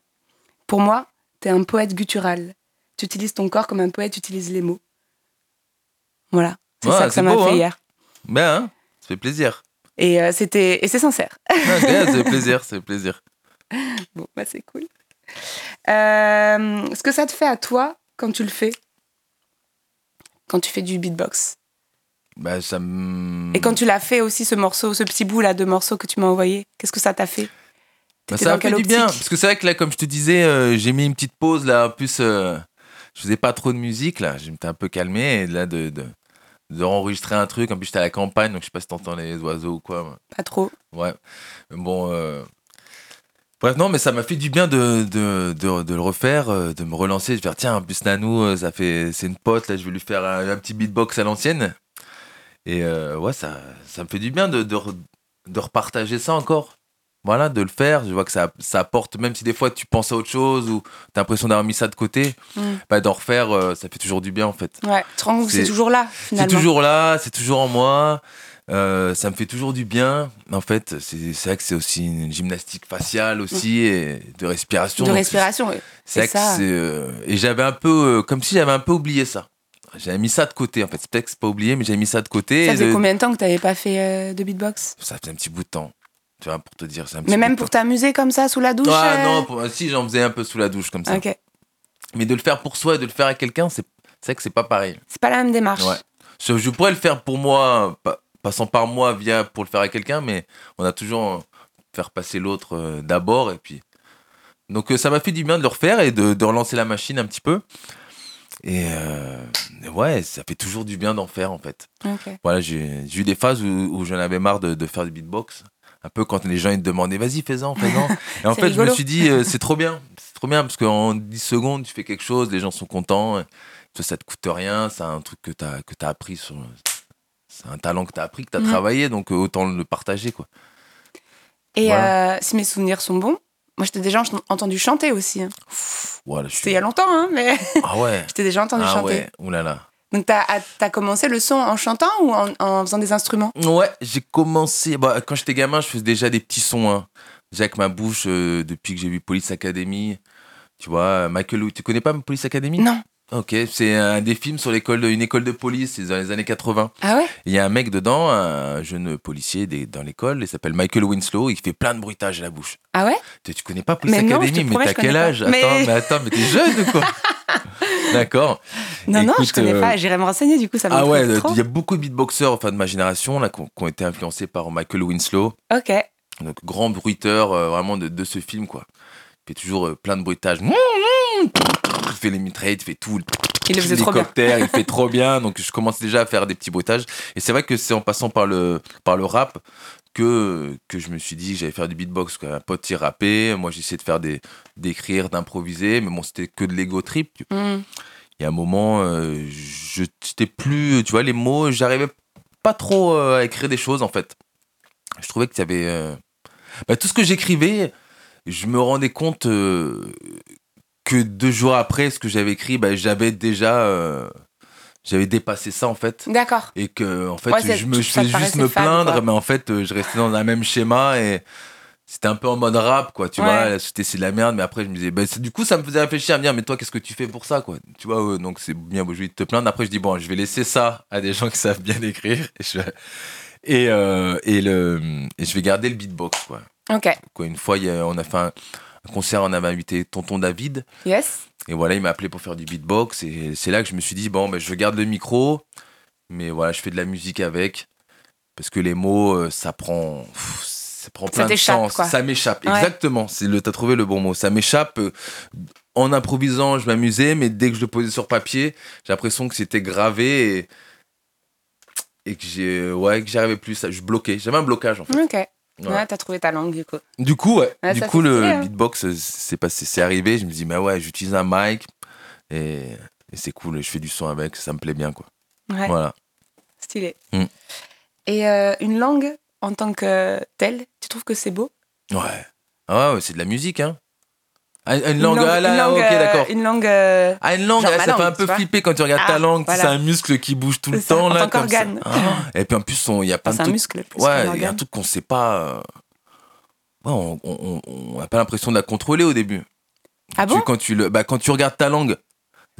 Pour moi, t'es un poète guttural. Tu utilises ton corps comme un poète utilise les mots. Voilà. C'est Ouais, ça que c'est ça m'a beau, fait hein. hier. Ben, hein, ça fait plaisir. Et euh, c'était et c'est sincère. Ouais, ça fait plaisir, ça fait plaisir. Bon, bah c'est cool. Euh, ce que ça te fait à toi quand tu le fais, quand tu fais du beatbox. Bah, ça Bah, me. Et quand tu l'as fait aussi, ce morceau, ce petit bout là de morceau que tu m'as envoyé, qu'est-ce que ça t'a fait Bah, T'étais ça dans m'a fait quelle du bien. optique Parce que c'est vrai que là, comme je te disais, euh, j'ai mis une petite pause là. En plus, euh, je faisais pas trop de musique là. Je m'étais un peu calmé. Et là, de, de, de enregistrer un truc. En plus, j'étais à la campagne, donc je sais pas si t'entends les oiseaux ou quoi. mais- Pas trop. Ouais. Mais Bon. euh, Bref, non, mais ça m'a fait du bien de, de, de, de le refaire, euh, de me relancer. Je vais dire, tiens, en plus, Nanou, euh, ça fait, c'est une pote, là, je vais lui faire un, un petit beatbox à l'ancienne. Et euh, ouais, ça, ça me fait du bien de, de, re- de repartager ça encore. Voilà, de le faire. Je vois que ça, ça apporte, même si des fois tu penses à autre chose ou t'as l'impression d'avoir mis ça de côté, Mm. bah, d'en refaire, euh, ça fait toujours du bien, en fait. Ouais. Tu te rends compte que c'est C'est- toujours là C'est finalement. toujours là, c'est toujours en moi. euh, ça me fait toujours du bien. En fait, c'est c'est vrai que c'est aussi une gymnastique faciale aussi et de respiration. Mm. de Donc, respiration. ouais. c'est vrai c'est que ça. c'est, euh, et j'avais un peu, euh, comme si j'avais un peu oublié ça. J'avais mis ça de côté. En fait, c'est peut-être que c'est pas oublié, mais j'avais mis ça de côté. Ça Et faisait de- combien de temps que t'avais pas fait euh, de beatbox ça faisait un petit bout de temps. Tu vois, pour te dire, c'est un petit Mais bout même de pour temps. t'amuser comme ça sous la douche Ah euh, non, pour- si j'en faisais un peu sous la douche comme ça. Ok. Mais de le faire pour soi et de le faire à quelqu'un, c'est c'est vrai que c'est pas pareil. C'est pas la même démarche. Ouais. Je, je pourrais le faire pour moi, pa- passant par moi via pour le faire à quelqu'un, mais on a toujours euh, faire passer l'autre euh, d'abord et puis. Donc euh, ça m'a fait du bien de le refaire et de, de relancer la machine un petit peu. Et euh, et ouais, ça fait toujours du bien d'en faire en fait. Ok. Voilà, j'ai j'ai eu des phases où, où j'en avais marre de, de faire du beatbox. Un peu quand les gens ils te demandaient vas-y fais-en, fais-en. Et en C'est fait, je rigolo. me suis dit euh, c'est trop bien, c'est trop bien parce qu'en 10 secondes tu fais quelque chose, les gens sont contents, et ça, ça te coûte rien, c'est un truc que tu as, que t'as appris, sur, c'est un talent que tu as appris, que tu as Mhm. travaillé, donc euh, autant le partager quoi. Et Voilà. euh, si mes souvenirs sont bons, moi je t'ai déjà en- entendu chanter aussi. hein. Voilà, je C'était suis... il y a longtemps, hein, mais Ah ouais, je t'ai déjà entendu ah chanter. ouais, oulala. Donc t'as à- t'as commencé le son en chantant ou en, en faisant des instruments Ouais, j'ai commencé. Bah, quand j'étais gamin, je faisais déjà des petits sons. Hein. Déjà avec ma bouche, euh, depuis que j'ai vu Police Academy, tu vois, euh, Michael Lou- Tu connais pas Police Academy Non. Ok, c'est un des films sur l'école, de- une école de police, c'est dans les années 80. Ah ouais Il y a un mec dedans, un jeune policier des- dans l'école, il s'appelle Michael Winslow, il fait plein de bruitages à la bouche. Ah ouais Tu, tu connais pas Police Mais non, je te Academy, promets, mais je t'as connais quel pas. âge Mais- Attends, mais attends, mais t'es jeune ou quoi D'accord. Non, non, je Écoute, connais euh, pas. J'irai me renseigner du coup, ça Ah ouais, m'intéresse trop. il y a beaucoup de beatboxers enfin, de ma génération là, qui ont qui ont été influencés par Michael Winslow. Ok. Donc, grand bruiteur euh, vraiment de, de ce film, quoi. Il fait toujours euh, plein de bruitages. Il fait les mitraillettes, il fait tout. Il le faisait trop bien. L'hélicoptère, il fait trop bien. Donc, je commence déjà à faire des petits bruitages. Et c'est vrai que c'est en passant par le, par le rap que, que je me suis dit que j'allais faire du beatbox. Quoi. Un pote, il rappait. Moi, j'essayais de faire des, d'écrire, d'improviser. Mais bon, c'était que de l'ego trip. Hmm. Il y a un moment, euh, je n'étais plus, tu vois, les mots, j'arrivais pas trop euh, à écrire des choses en fait. Je trouvais qu'il y avait. euh, bah, tout ce que j'écrivais, je me rendais compte euh, que deux jours après ce que j'avais écrit, bah, j'avais déjà. euh, j'avais dépassé ça en fait. D'accord. Et que, en fait, Ouais, c'est- je me je ça te faisais juste paraissait me fade, plaindre, quoi. mais en fait, euh, je restais dans le même schéma et c'était un peu en mode rap, quoi. Tu Ouais. vois, la société, c'est de la merde, mais après, je me disais, bah, c'est- du coup, ça me faisait réfléchir à me dire, mais toi, qu'est-ce que tu fais pour ça, quoi. Tu vois, euh, donc c'est bien, beau, je vais te plaindre. Après, je dis, bon, je vais laisser ça à des gens qui savent bien écrire et je, et, euh, et le, et je vais garder le beatbox, quoi. Ok. quoi une fois, il y a- on a fait un, un concert, on avait invité Tonton David. Yes. Et voilà, il m'a appelé pour faire du beatbox. Et c'est là que je me suis dit, bon, ben, je garde le micro, mais voilà, je fais de la musique avec. Parce que les mots, euh, ça prend, pff, ça prend plein de t'échappe, sens. quoi. Ça m'échappe, Ouais. exactement. C'est le, t'as trouvé le bon mot. Ça m'échappe. euh, En improvisant, je m'amusais, mais dès que je le posais sur papier, j'ai l'impression que c'était gravé et, et que j'ai, ouais, que j'arrivais plus. à- Je bloquais. J'avais un blocage, en fait. Ok. Ouais, Voilà. t'as trouvé ta langue du coup. Du coup, ouais. Ouais, du ça, coup, c'est le stylé, hein. beatbox, euh, c'est passé, c'est arrivé. Je me dis, mais ouais, j'utilise un mic et, et c'est cool. Je fais du son avec, ça me plaît bien, quoi. Ouais. Voilà. Stylé. Hmm. Et euh, une langue en tant que telle, tu trouves que c'est beau Ouais. Ah ouais, ouais, c'est de la musique, hein. Ah, Une langue, ah là, une ah, langue, ok, euh, d'accord. Une langue. euh, Ah, une langue, genre ah, ma ça fait langue, un peu tu vois. flipper quand tu regardes ta Ah, langue, voilà. c'est un muscle qui bouge tout le C'est ça, temps, en là, tant comme ça. qu'organe. Ah, Et puis en plus, on- il y a plein enfin, de c'est un trucs- muscle plus Ouais, qu'un il y a un organe. truc qu'on sait pas. euh, ouais, on- on on- on a pas l'impression de la contrôler au début. Ah Tu- bon quand, tu le, bah, quand tu regardes ta langue,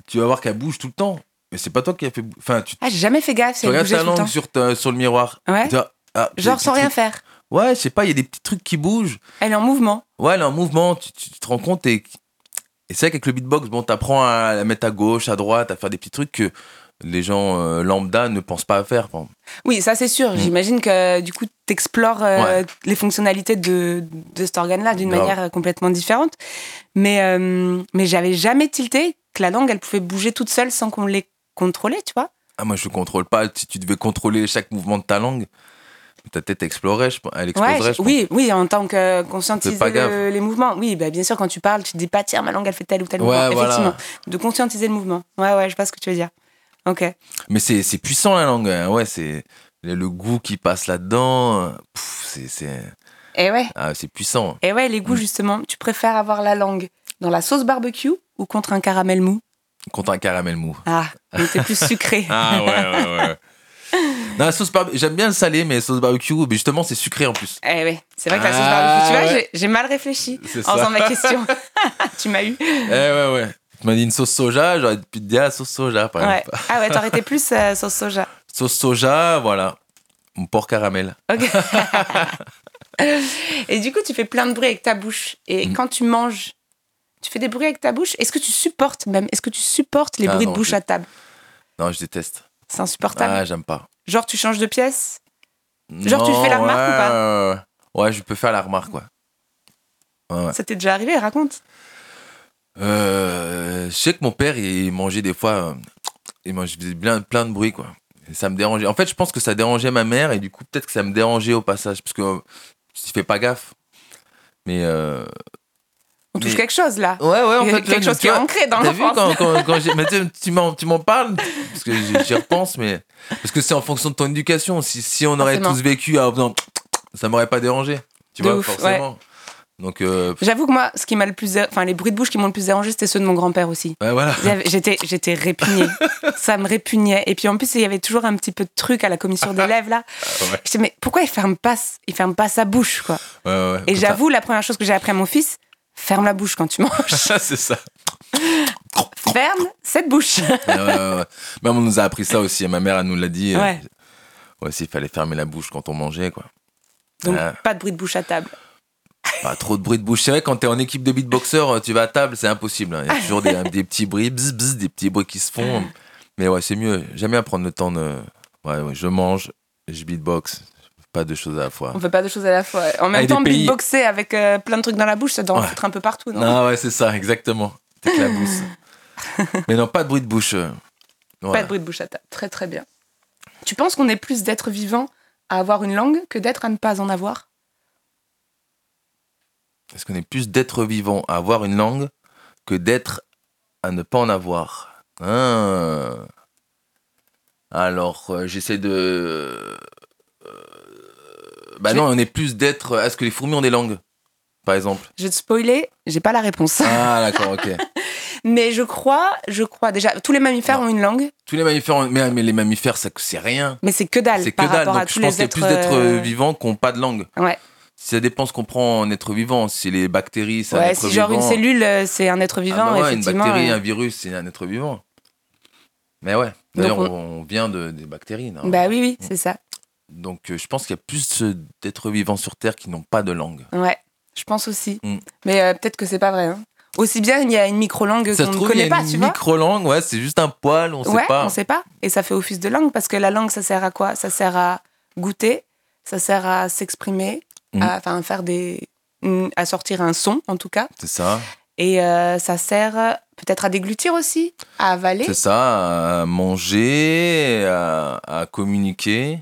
tu vas voir qu'elle bouge tout le temps. Mais c'est pas toi qui as fait. bou- Enfin, tu, Ah, j'ai jamais fait gaffe, tu c'est regardes bougé ta tout le langue temps. sur, ta- sur le miroir. Ouais. Tu vois, ah, il y a Genre des sans petits rien faire. trucs- Ouais, je sais pas, il y a des petits trucs qui bougent. Elle est en mouvement. Ouais, là, en mouvement, tu, tu- tu te rends compte. Et, et c'est vrai qu'avec le beatbox, bon, t'apprends à la mettre à gauche, à droite, à faire des petits trucs que les gens euh, lambda ne pensent pas à faire. par exemple. Oui, ça c'est sûr. Mm. J'imagine que du coup, t'explores euh, les fonctionnalités de, de cet organe-là d'une Grave. manière euh, complètement différente. Mais, euh, mais j'avais jamais tilté que la langue, elle pouvait bouger toute seule sans qu'on l'ait contrôlée, tu vois. Ah, moi, je contrôle pas. Si tu devais contrôler chaque mouvement de ta langue, ta tête explorait, je pense- Ouais, elle exploserait. je- oui, oui, en tant que conscientiser pas gaffe. le- les mouvements. Oui, bah, bien sûr, quand tu parles, tu te dis pas, tiens, ma langue, elle fait tel ou tel Ouais, mouvement. voilà. Effectivement, de conscientiser le mouvement. Ouais, ouais, je vois ce que tu veux dire. Ok. Mais c'est c'est puissant la langue, hein. ouais, c'est le, le goût qui passe là-dedans, euh, pff, c'est c'est Et ouais, ah, c'est puissant. et ouais, les goûts, Mm. justement, tu préfères avoir la langue dans la sauce barbecue ou contre un caramel mou Contre un caramel mou. Ah, donc t'es plus sucré. Ah ouais, ouais, ouais. Non, la sauce barbecue, j'aime bien le salé, mais la sauce barbecue, mais justement, c'est sucré en plus. Eh oui, c'est vrai que la sauce Ah, barbecue, tu vois, ouais. j'ai- j'ai mal réfléchi C'est en ça. faisant ma question. tu m'as eu. Eh ouais, ouais. Tu m'as dit une sauce soja, j'aurais pu te dire ah, sauce soja, par Ouais. exemple. Ah ouais, t'aurais été plus euh, sauce soja. Sauce soja, voilà. Mon porc caramel. Ok. et du coup, tu fais plein de bruits avec ta bouche. Et Mm. quand tu manges, tu fais des bruits avec ta bouche. Est-ce que tu supportes même Est-ce que tu supportes les Ah bruits non, de bouche je- à table Non, je déteste. C'est insupportable. Ah, j'aime pas. Genre, tu changes de pièce Genre, tu fais la remarque ou pas Ouais, je peux faire la remarque, quoi. Ouais, ouais. Ça t'est déjà arrivé Raconte. Euh, je sais que mon père, il mangeait des fois. euh, il mangeait il faisait plein, plein de bruit, quoi. Et ça me dérangeait. En fait, je pense que ça dérangeait ma mère et du coup, peut-être que ça me dérangeait au passage parce que euh, je fais pas gaffe. Mais. euh, On touche Mais- quelque chose là. Ouais, ouais, en Il y a fait. là, quelque chose tu qui est vois, ancré dans T'as vu l'enfance. quand, quand, quand j'ai- mais tu, tu m'en, tu m'en parles Parce que j'y j'y repense, mais. Parce que c'est en fonction de ton éducation. Si, si on aurait Forcément. tous vécu à. non, ça m'aurait pas dérangé. Tu De vois, ouf, ouais. forcément. Donc, euh, J'avoue que moi, ce qui m'a le plus, dé- enfin, les bruits de bouche qui m'ont le plus dérangé, c'était ceux de mon grand-père aussi. ouais, voilà. Il y avait- J'étais, j'étais répugnée. Ça me répugnait. Et puis en plus, il y avait toujours un petit peu de truc à la commissure des lèvres là. ouais. Je mais pourquoi il ferme pas, s- il ferme pas sa bouche quoi Ouais, ouais, Et comme ça. j'avoue, la première chose que j'ai appris à mon fils, ferme la bouche quand tu manges. c'est ça. ferme cette bouche. Ouais, ouais, ouais, ouais. Même on nous a appris ça aussi. Ma mère, elle nous l'a dit. euh, Ouais. ouais, s'il fallait fermer la bouche quand on mangeait, quoi. Donc Ah. pas de bruit de bouche à table. Pas trop de bruit de bouche. C'est vrai, quand t'es en équipe de beatboxer, euh, tu vas à table, c'est impossible. hein. Il y a Ah. toujours des, des petits bruits, bzz, bzz, des petits bruits qui se font. Mais ouais, c'est mieux. J'aime bien prendre le temps de. Ouais, ouais, je mange, je beatbox. Pas de choses à la fois. On fait pas deux choses à la fois. En même Ah, et temps, des pays- beatboxer avec euh, plein de trucs dans la bouche, ça doit en Ouais. foutre un peu partout, non, Non, Ah ouais, c'est ça, exactement. T'éclabousses. Mais non, pas de bruit de bouche. euh. Pas Voilà. de bruit de bouche à table. Très très bien. Tu penses qu'on est plus d'être vivant à avoir une langue que d'être à ne pas en avoir Est-ce qu'on est plus d'être vivant à avoir une langue que d'être à ne pas en avoir Ah. Alors, euh, j'essaie de. Euh, Bah Je- non, on est plus d'être. Est-ce que les fourmis ont des langues Par exemple. Je vais te spoiler, j'ai pas la réponse. Ah, d'accord, ok. Mais je crois, je crois déjà, tous les mammifères Non. ont une langue, Tous les mammifères, ont- mais, mais les mammifères, ça, c'est rien. mais c'est que dalle C'est que par dalle. rapport à Donc, tous je pense les qu'il y a êtres. plus d'êtres euh, euh, vivants qui n'ont pas de langue. Ouais. Ça dépend ce qu'on prend en être vivant. Si les bactéries, c'est un Ouais, être si genre vivant. une cellule, euh, c'est un être Ah vivant, bah ouais, une effectivement. bactérie, euh, un virus, c'est un être vivant. Mais ouais. D'ailleurs, on- on... on vient de, des bactéries. non Bah oui, oui, c'est ça. Donc, euh, je pense qu'il y a plus euh, d'êtres vivants sur Terre qui n'ont pas de langue. Ouais, je pense aussi. Mm. Mais euh, peut-être que c'est pas vrai. hein. Aussi bien, il y a une micro-langue Ça qu'on ne se trouve, il y connaît a pas, tu une vois. micro-langue, ouais, c'est juste un poil, on ouais, sait pas. on sait pas. Et ça fait office de langue parce que la langue, ça sert à quoi Ça sert à goûter, ça sert à s'exprimer, Mm. à enfin, faire des. mm, à sortir un son, en tout cas. C'est ça, Et euh, ça sert euh, peut-être à déglutir aussi, à avaler. c'est ça, à manger, à, à communiquer.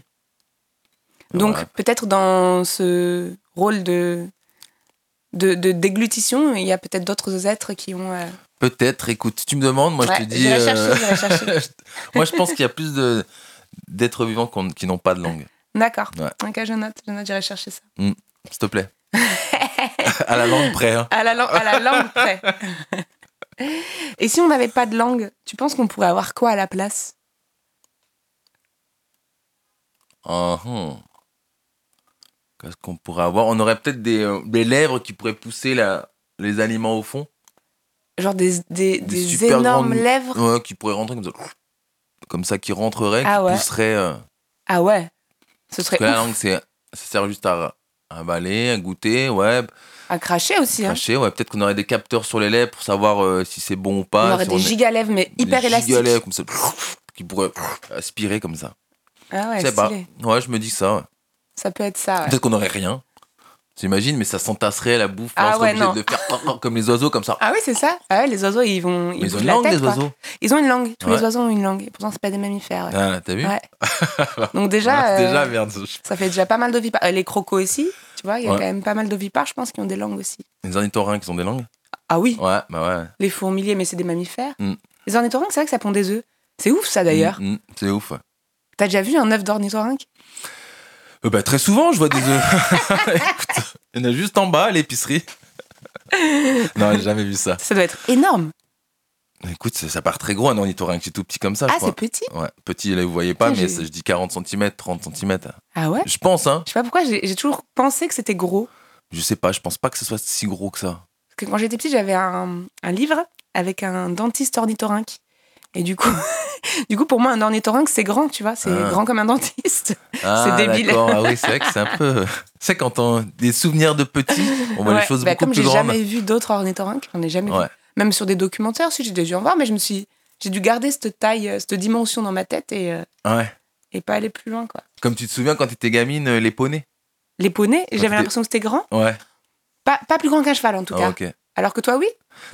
Donc Ouais. peut-être dans ce rôle de, de, de déglutition, il y a peut-être d'autres êtres qui ont. euh, Peut-être, écoute, tu me demandes, moi ouais, je te dis. j'irai euh, chercher, j'irai chercher. moi je pense qu'il y a plus de- d'êtres vivants qu'on- qui n'ont pas de langue. D'accord. Ouais. Ok, je note, je note, j'irai chercher ça. S'il te plaît. à la langue près. hein. À la, lan- à la langue près. Et si on n'avait pas de langue, tu penses qu'on pourrait avoir quoi à la place Ah, hum. Qu'est-ce qu'on pourrait avoir On aurait peut-être des, euh, des lèvres qui pourraient pousser la, les aliments au fond. Genre des, des, Des des super énormes grandes- lèvres Ouais, qui pourraient rentrer comme ça. Comme ça, qui rentrerait, qui Oh. Ah ouais. pousserait. euh, Ah ouais, ce parce serait que la ouf. langue, c'est, ça sert juste à avaler, à goûter, ouais, à cracher aussi. hein. cracher. Ouais. Peut-être qu'on aurait des capteurs sur les lèvres pour savoir euh, si c'est bon ou on pas. aurait si des est- gigalèvres mais des hyper élastiques. gigalets comme ça, qui pourraient aspirer comme ça. Ah ouais, Je sais pas. stylé. Ouais, je me dis que ça. ouais. Ça peut être ça. ouais. Peut-être qu'on aurait rien. J'imagine, mais ça s'entasserait la bouffe. Ah on serait ouais, obligé non. de faire oh, comme les oiseaux, comme ça. Ah oui, c'est ça. Ah ouais, les oiseaux, ils vont. Ils, Mais ils ont bougent une la langue, tête, les quoi. oiseaux. Ils ont une langue. Tous les Ouais. oiseaux ont une langue. Et pourtant, c'est pas des mammifères. ouais. Ah, t'as vu Ouais. Donc déjà, Ah, euh, Déjà, merde. je- ça fait déjà pas mal d'ovipares. Euh, Les crocos aussi, tu vois, il y a Ouais. quand même pas mal d'ovipares, je pense, qui ont des langues aussi. Les ornithorynques, ils ont des langues Ah oui, Ouais, bah ouais. les fourmiliers, mais c'est des mammifères. Mm. Les ornithorynques, c'est vrai que ça pond des œufs. C'est ouf ça d'ailleurs. Mm, mm, c'est ouf. ouais. T'as déjà vu un œuf d'ornithorynque Euh, bah, très souvent, je vois des œufs. Écoute, il y en a juste en bas à l'épicerie. non, j'ai jamais vu ça. Ça doit être énorme. Écoute, ça, ça part très gros, un ornithorynque. C'est tout petit comme ça, je Ah, crois. c'est petit Ouais, petit, là, vous voyez pas, Putain, mais j'ai- ça, je dis 40 cm, 30 cm. Ah ouais Je pense, hein. Je sais pas pourquoi, j'ai j'ai toujours pensé que c'était gros. Je sais pas, je pense pas que ce soit si gros que ça. Parce que quand j'étais petite, j'avais un, un livre avec un dentiste ornithorynque. Et du coup, du coup, pour moi, un ornithorynque, c'est grand, tu vois, c'est Ah. grand comme un dentiste. Ah, débile. d'accord. Ah oui, c'est vrai que c'est un peu. C'est quand on des souvenirs de petit, on voit Ouais. les choses Bah, beaucoup comme j'ai plus grandes. jamais vu d'autres ornithorynques, j'en ai jamais Ouais. vu. Même sur des documentaires, si j'ai dû en voir, mais je me suis, j'ai dû garder cette taille, euh, cette dimension dans ma tête et, euh, Ouais. et pas aller plus loin, quoi. Comme tu te souviens quand t'étais gamine, euh, les poneys. Les poneys, t'es- j'avais l'impression que c'était grand, Ouais. pas, pas plus grand qu'un cheval en tout cas. Ah, ok. Alors que toi, oui,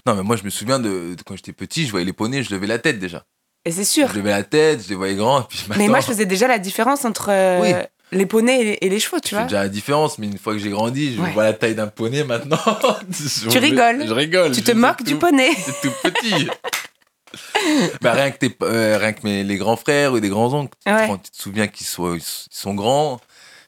Non, mais moi, je me souviens de, de quand j'étais petit, je voyais les poneys, je levais la tête déjà. et c'est sûr. Je levais la tête, je les voyais grands. et Puis Mais maintenant, moi, je faisais déjà la différence entre euh, Oui. les poneys et les, et les chevaux, je tu fais vois. déjà la différence, mais une fois que j'ai grandi, je Ouais. vois la taille d'un poney maintenant. Je- Tu rigoles. Je rigole. Tu je te suis moques du tout- poney. C'est tout petit. bah, rien que, tes, euh, rien que mes, les grands frères ou des grands oncles, tu te Ouais. rends- tu te souviens qu'ils soient- ils sont grands.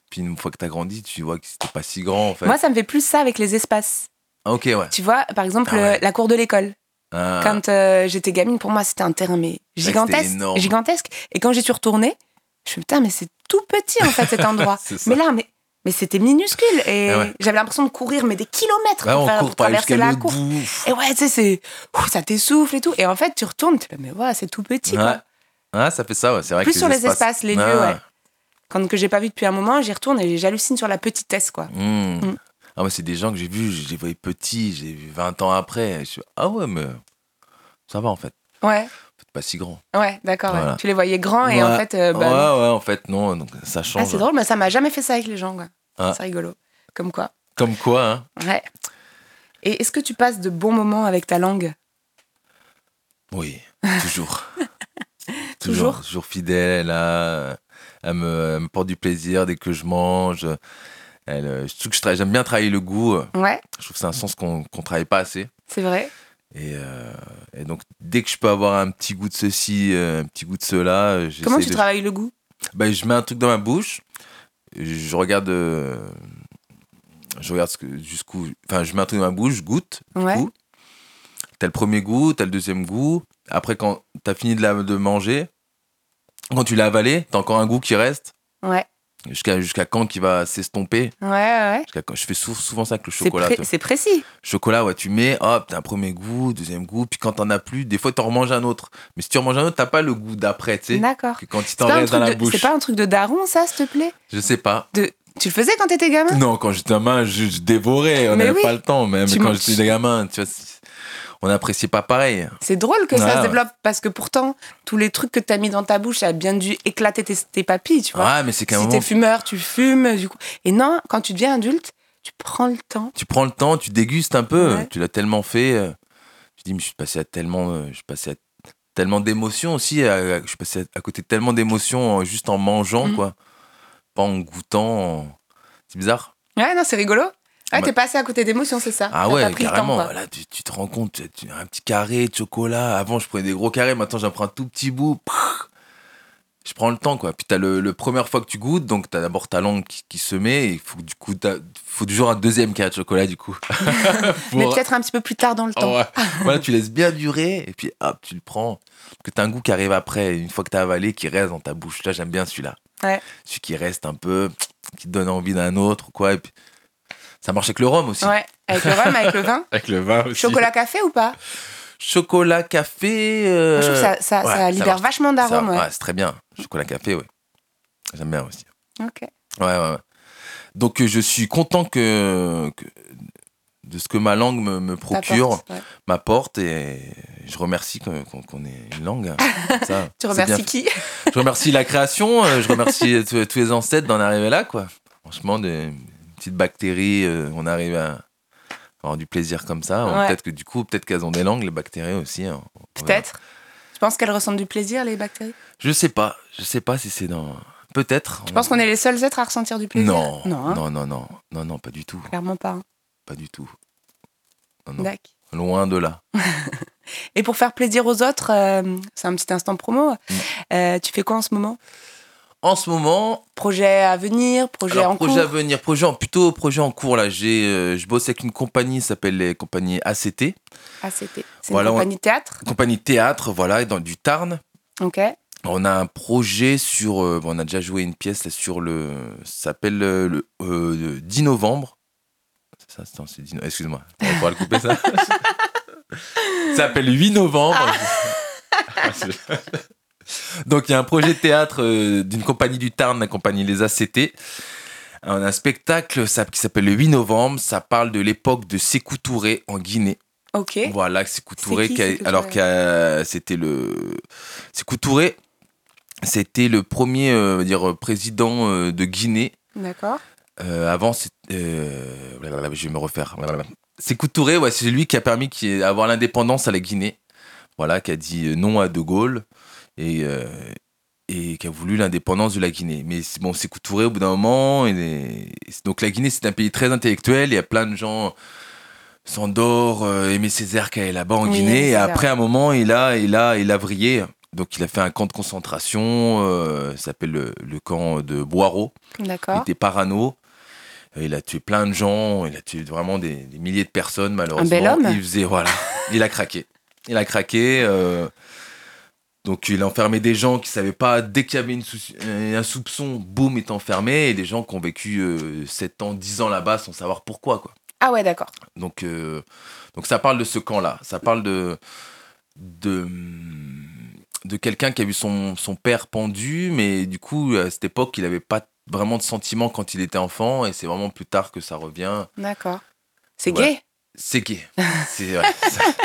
Puis une fois que t'as grandi, tu vois que c'était pas si grand en fait. Moi, ça me fait plus ça avec les espaces. Ah, ok, ouais. Tu vois, par exemple, Ah ouais. euh, la cour de l'école. Ah, Quand euh, j'étais gamine, pour moi, c'était un terrain mais c'était gigantesque, énorme. gigantesque. Et quand j'y suis retournée, je me suis dit, putain, mais c'est tout petit en fait cet endroit. c'est ça. mais là, mais, mais c'était minuscule. Et Ah ouais. j'avais l'impression de courir, mais des kilomètres Ouais, pour, faire- Bah, on court pour pas aller traverser jusqu'à la l'autre cour. bout. Et ouais, tu sais, c'est, ouh, ça t'essouffle et tout. Et en fait, tu retournes, tu te dis, mais ouais, c'est tout petit. quoi. Ouais. Ah, ça fait ça, ouais. c'est vrai. Plus que sur les espaces, les lieux, Ah, Quand que j'ai pas vu depuis un moment, j'y retourne et j'hallucine sur la petitesse, quoi. hmm. Mm. Ah, moi, c'est des gens que j'ai vus, je les voyais petits, j'ai vu 20 ans après. Je suis, ah ouais, mais ça va en fait. Ouais, C'est pas si grand. ouais, d'accord. ouais. Voilà. Tu les voyais grands et en Ouais. fait, euh, bah, non. ouais, ouais, en fait, non, donc ça Ah, change. c'est hein. drôle, mais ça m'a jamais fait ça avec les gens. quoi. Ah. C'est rigolo. Comme quoi. Comme quoi, hein. Ouais. Et est-ce que tu passes de bons moments avec ta langue Oui, toujours. Toujours toujours. Toujours fidèle à. Elle me, elle me porte du plaisir dès que je mange. Elle, euh, je trouve que je travaille- j'aime bien travailler le goût. euh, Ouais, Je trouve que c'est un sens qu'on qu'on travaille pas assez. c'est vrai. Et, euh, et donc, dès que je peux avoir un petit goût de ceci, euh, un petit goût de cela, euh, j'essaie Comment tu de- travailles le goût Ben, Je mets un truc dans ma bouche, je regarde, euh, je regarde ce que- jusqu'où. Enfin, je mets un truc dans ma bouche, je goûte. Ouais. goût. T'as le premier goût, t'as le deuxième goût. Après, quand t'as fini de, la, de manger, quand tu l'as avalé, t'as encore un goût qui reste. Ouais, Jusqu'à jusqu'à quand qui va s'estomper ouais, ouais. ouais. Jusqu'à quand Je fais sou- souvent ça avec le C'est, chocolat. pré- toi. c'est précis. Chocolat, ouais, tu mets, hop, t'as un premier goût, deuxième goût, puis quand t'en as plus, des fois t'en remanges un autre. Mais si tu remanges un autre, t'as pas le goût d'après, tu sais. D'accord. que Quand il C'est t'en pas, un reste dans truc la de- bouche. c'est pas un truc de daron, ça, s'il te plaît Je sais pas. de... Tu le faisais quand t'étais gamin Non, quand j'étais gamin, je, je dévorais, on Mais n'avait oui. pas le temps, même Tu quand manges. j'étais gamin, tu vois, c'est- on n'appréciait pas pareil. C'est drôle que Ouais, ça se ouais. développe parce que pourtant, tous les trucs que t'as mis dans ta bouche, ça a bien dû éclater tes, tes papilles, tu vois. Ah, mais c'est qu'à un si moment, t'es fumeur, tu fumes, du coup. Et non, quand tu deviens adulte, tu prends le temps. tu prends le temps, tu dégustes un peu, Ouais. tu l'as tellement fait. euh, Tu dis, mais je suis passé à tellement, euh, je suis passé à tellement d'émotions aussi, à- à- je suis passé à, à côté de tellement d'émotions euh, juste en mangeant, Mhm. quoi. Pas en goûtant. en- C'est bizarre. Ouais, non, c'est rigolo. Ouais, Bah- t'es passé à côté d'émotions, c'est ça. Ah T'as pas ouais, pris le temps, carrément. quoi. là, tu, tu te rends compte, tu- tu- un petit carré de chocolat. Avant, je prenais des gros carrés. Maintenant, j'en prends un tout petit bout. Pff, je prends le temps, quoi. Puis t'as le, le première fois que tu goûtes, donc t'as d'abord ta langue qui, qui se met, et il faut, que du coup, t'as- faut toujours un deuxième carré de chocolat, du coup. Mais Pour- peut-être un petit peu plus tard dans le temps. Ouais. voilà, tu laisses bien durer et puis hop, tu le prends. Parce que t'as un goût qui arrive après, une fois que t'as avalé, qui reste dans ta bouche. Là, j'aime bien celui-là. Ouais. Celui qui reste un peu, qui te donne envie d'un autre, quoi. Et puis, ça marche avec le rhum aussi. Ouais, avec le rhum, avec le vin. Avec le vin aussi. Chocolat café ou pas Chocolat, café. euh, Moi, Je trouve que ça, ça, ouais, ça ça libère marche. vachement ça- d'arômes. Ouais. ouais, c'est très bien. Chocolat, café, ouais. J'aime bien aussi. Ok. Ouais, ouais, ouais. Donc, euh, je suis content que, que- de ce que ma langue me, me procure. T'apportes, ouais. m'apporte et je remercie qu'on qu'on- qu'on ait une langue. comme ça. Tu C'est remercies bien. qui Je remercie la création, euh, je remercie tous tous les ancêtres d'en arriver là, quoi. Franchement, des petites bactéries, euh, on arrive à avoir du plaisir comme ça. Bon, Ouais. Peut-être que du coup, peut-être qu'elles ont des langues, les bactéries aussi. hein. On verra. Peut-être. Tu penses qu'elles ressentent du plaisir, les bactéries Je sais pas, je sais pas si c'est dans. Peut-être. Je pense qu'on est les seuls êtres à ressentir du plaisir. Non, Non, hein. non, non, non, non, non, pas du tout, clairement pas. hein. pas du tout. Non, non. Dac. Loin de là. Et pour faire plaisir aux autres, euh, c'est un petit instant promo. euh, tu fais quoi en ce moment En ce moment, Projet à venir, projet Alors, en projet à cours. venir, projet en, plutôt projet en cours. Là, j'ai, euh, je bosse avec une compagnie qui s'appelle les compagnies ACT, Ah, c'était. C'est Voilà, une on- compagnie de théâtre. compagnie de théâtre, voilà, dans du Tarn. Ok. On a un projet sur, euh, bon, on a déjà joué une pièce là, sur le, ça s'appelle euh, le euh, 10 novembre. C'est ça, c'est- c'est 10 no- Excuse-moi, on va pouvoir le couper ça. ça s'appelle 8 novembre. Donc il y a un projet de théâtre euh, d'une compagnie du Tarn, la compagnie Les ACT. On a un spectacle ça- qui s'appelle le 8 novembre. Ça parle de l'époque de Sékou Touré en Guinée. Ok. Voilà, Sékou Touré, qui, qui a- Sékou Touré alors que euh, c'était le. Sékou Touré, c'était le premier euh, on va dire, président euh, de Guinée. D'accord. Euh, avant, c'est. euh, blablabla, je vais me refaire. blablabla. Sékou Touré, ouais, c'est lui qui a permis qu'il y ait- avoir l'indépendance à la Guinée. Voilà, qui a dit euh, non à De Gaulle et, euh, et qui a voulu l'indépendance de la Guinée. Mais c'est- bon, Sékou Touré, au bout d'un moment. il est- donc la Guinée, c'est un pays très intellectuel. Il y a plein de gens. Sandor, euh, Aimé Césaire qui est là-bas en Oui, Aimé Guinée. Et Césaire. après, à un moment, il a, il a, il a vrillé. Donc il a fait un camp de concentration. euh, ça s'appelle le, le camp de Boiro. Il D'accord. était parano. Euh, Il a tué plein de gens, il a tué vraiment des, des milliers de personnes, malheureusement. bel homme. Il faisait, voilà, il a craqué. Il a craqué. euh, donc, il a enfermé des gens qui savaient pas. Dès qu'il y avait une souci- euh, un soupçon, boum, il est enfermé. Et des gens qui ont vécu euh, 7 ans, 10 ans là-bas sans savoir pourquoi, quoi. Ah ouais, d'accord. Donc, euh, donc ça parle de ce camp-là. Ça parle de, de, de quelqu'un qui a vu son, son père pendu, mais du coup, à cette époque, il n'avait pas vraiment de sentiment quand il était enfant, et c'est vraiment plus tard que ça revient. D'accord. C'est Voilà. gay. C'est gay. C'est ouais,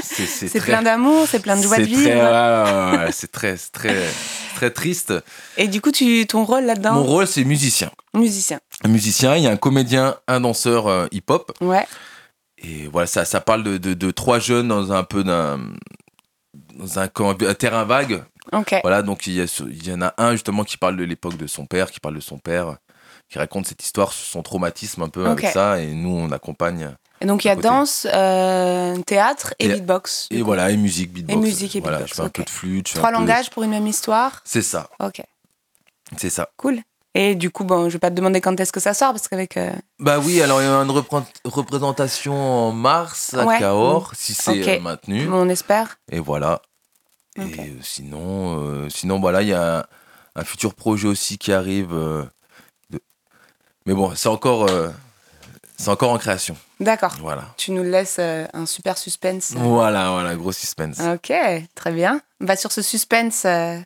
c'est- c'est C'est très- plein d'amour, c'est plein de joie de c'est vivre. très- euh, ouais, ouais, ouais, c'est très, c'est très, c'est très triste. Et du coup, tu, ton rôle Mon là-dedans, rôle, c'est musicien. musicien. Un musicien, il y a un comédien, un danseur euh, hip-hop, Ouais. Et voilà, ça, ça parle de, de- de trois jeunes dans un peu d'un dans un, camp- un terrain vague. Ok. Voilà, donc il y, a ce- il y en a un justement qui parle de l'époque de son père, qui parle de son père, qui raconte cette histoire, son traumatisme un peu avec Ok. ça. Et nous, on accompagne. Et donc, il y a à côté. danse, euh, théâtre et, Et- beatbox. Et voilà, et musique, Et beatbox. musique et voilà, beatbox, Je fais un ok. peu de flûte. je fais Trois un peu- langages pour une même histoire. C'est ça, Ok, c'est ça. cool. Et du coup, bon, je vais pas te demander quand est-ce que ça sort parce qu'avec. euh, Bah oui, alors il y a une repré- représentation en mars à Ouais. Cahors, si c'est Ok. euh, maintenu. on espère. Et voilà. Ok. Et euh, sinon, euh, sinon voilà, il y a un, un futur projet aussi qui arrive. euh, de- Mais bon, c'est encore, euh, c'est encore en création. D'accord. Voilà. Tu nous laisses euh, un super suspense. Voilà, voilà, gros suspense. Ok, très bien. Bah, sur ce suspense, euh,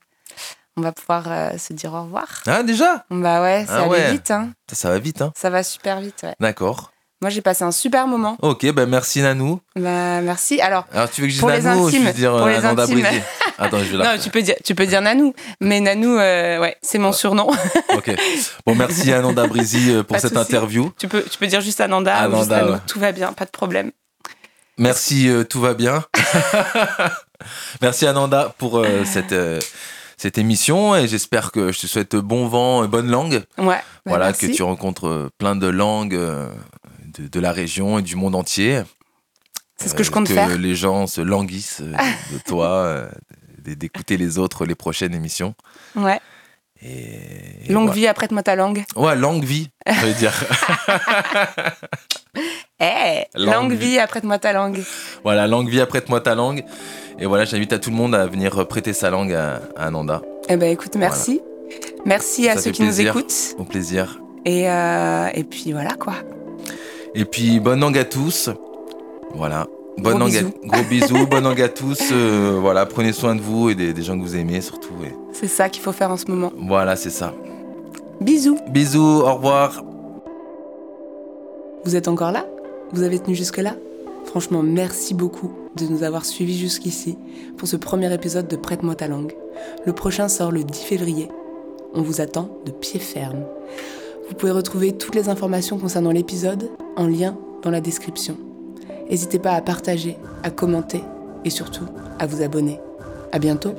on va pouvoir euh, se dire au revoir. Ah, déjà Bah ouais, ça Ah allait ouais. vite, hein. Ça, ça va vite, hein Ça va super vite, ouais. D'accord. Moi, j'ai passé un super moment. Ok, ben merci Nanou. Bah, merci. Alors, Alors, tu veux que je dise Pour les Nanou ou je intimes, veux dire pour euh, les Ananda intimes. Brézier Attends, je vais la non, tu peux dire, tu peux dire Nanou, mais Nanou, euh, ouais, c'est mon surnom. Ok. Bon, merci Ananda Brézi euh, pour Pas de cette souci. interview. tu peux, tu peux dire juste Ananda, ou juste Ananda, Nanou. ouais. Tout va bien, pas de problème. Merci, euh, tout va bien. Merci Ananda pour euh, cette, euh, cette émission et j'espère que je te souhaite bon vent et bonne langue. Ouais. bah, voilà, merci. que tu rencontres euh, plein de langues euh, de, de la région et du monde entier. C'est ce Euh, que je compte faire. les gens se languissent euh, de toi, euh, d- d'écouter les autres, les prochaines émissions. Ouais. Et, et Longue voilà. vie, apprête-moi ta langue. Ouais, longue vie, je veux dire. Eh, Langue longue vie. vie, apprête-moi ta langue. Voilà, langue vie, apprête-moi ta langue. Et voilà, j'invite à tout le monde à venir prêter sa langue à, à Ananda. Eh ben écoute, merci. Merci à Ça ceux fait qui plaisir. nous écoutent. Au plaisir. Et, euh, et puis voilà quoi. Et puis, bonne langue à tous. Voilà. Bonne Gros langue à- bisous. Gros bisous, bonne langue à tous. Euh, voilà, prenez soin de vous et des, des gens que vous aimez surtout. Et C'est ça qu'il faut faire en ce moment. voilà, c'est ça. Bisous. Bisous, au revoir. Vous êtes encore là Vous avez tenu jusque-là Franchement, merci beaucoup de nous avoir suivis jusqu'ici pour ce premier épisode de Prête-moi ta langue. Le prochain sort le 10 février. On vous attend de pied ferme. Vous pouvez retrouver toutes les informations concernant l'épisode en lien dans la description. N'hésitez pas à partager, à commenter et surtout à vous abonner. À bientôt.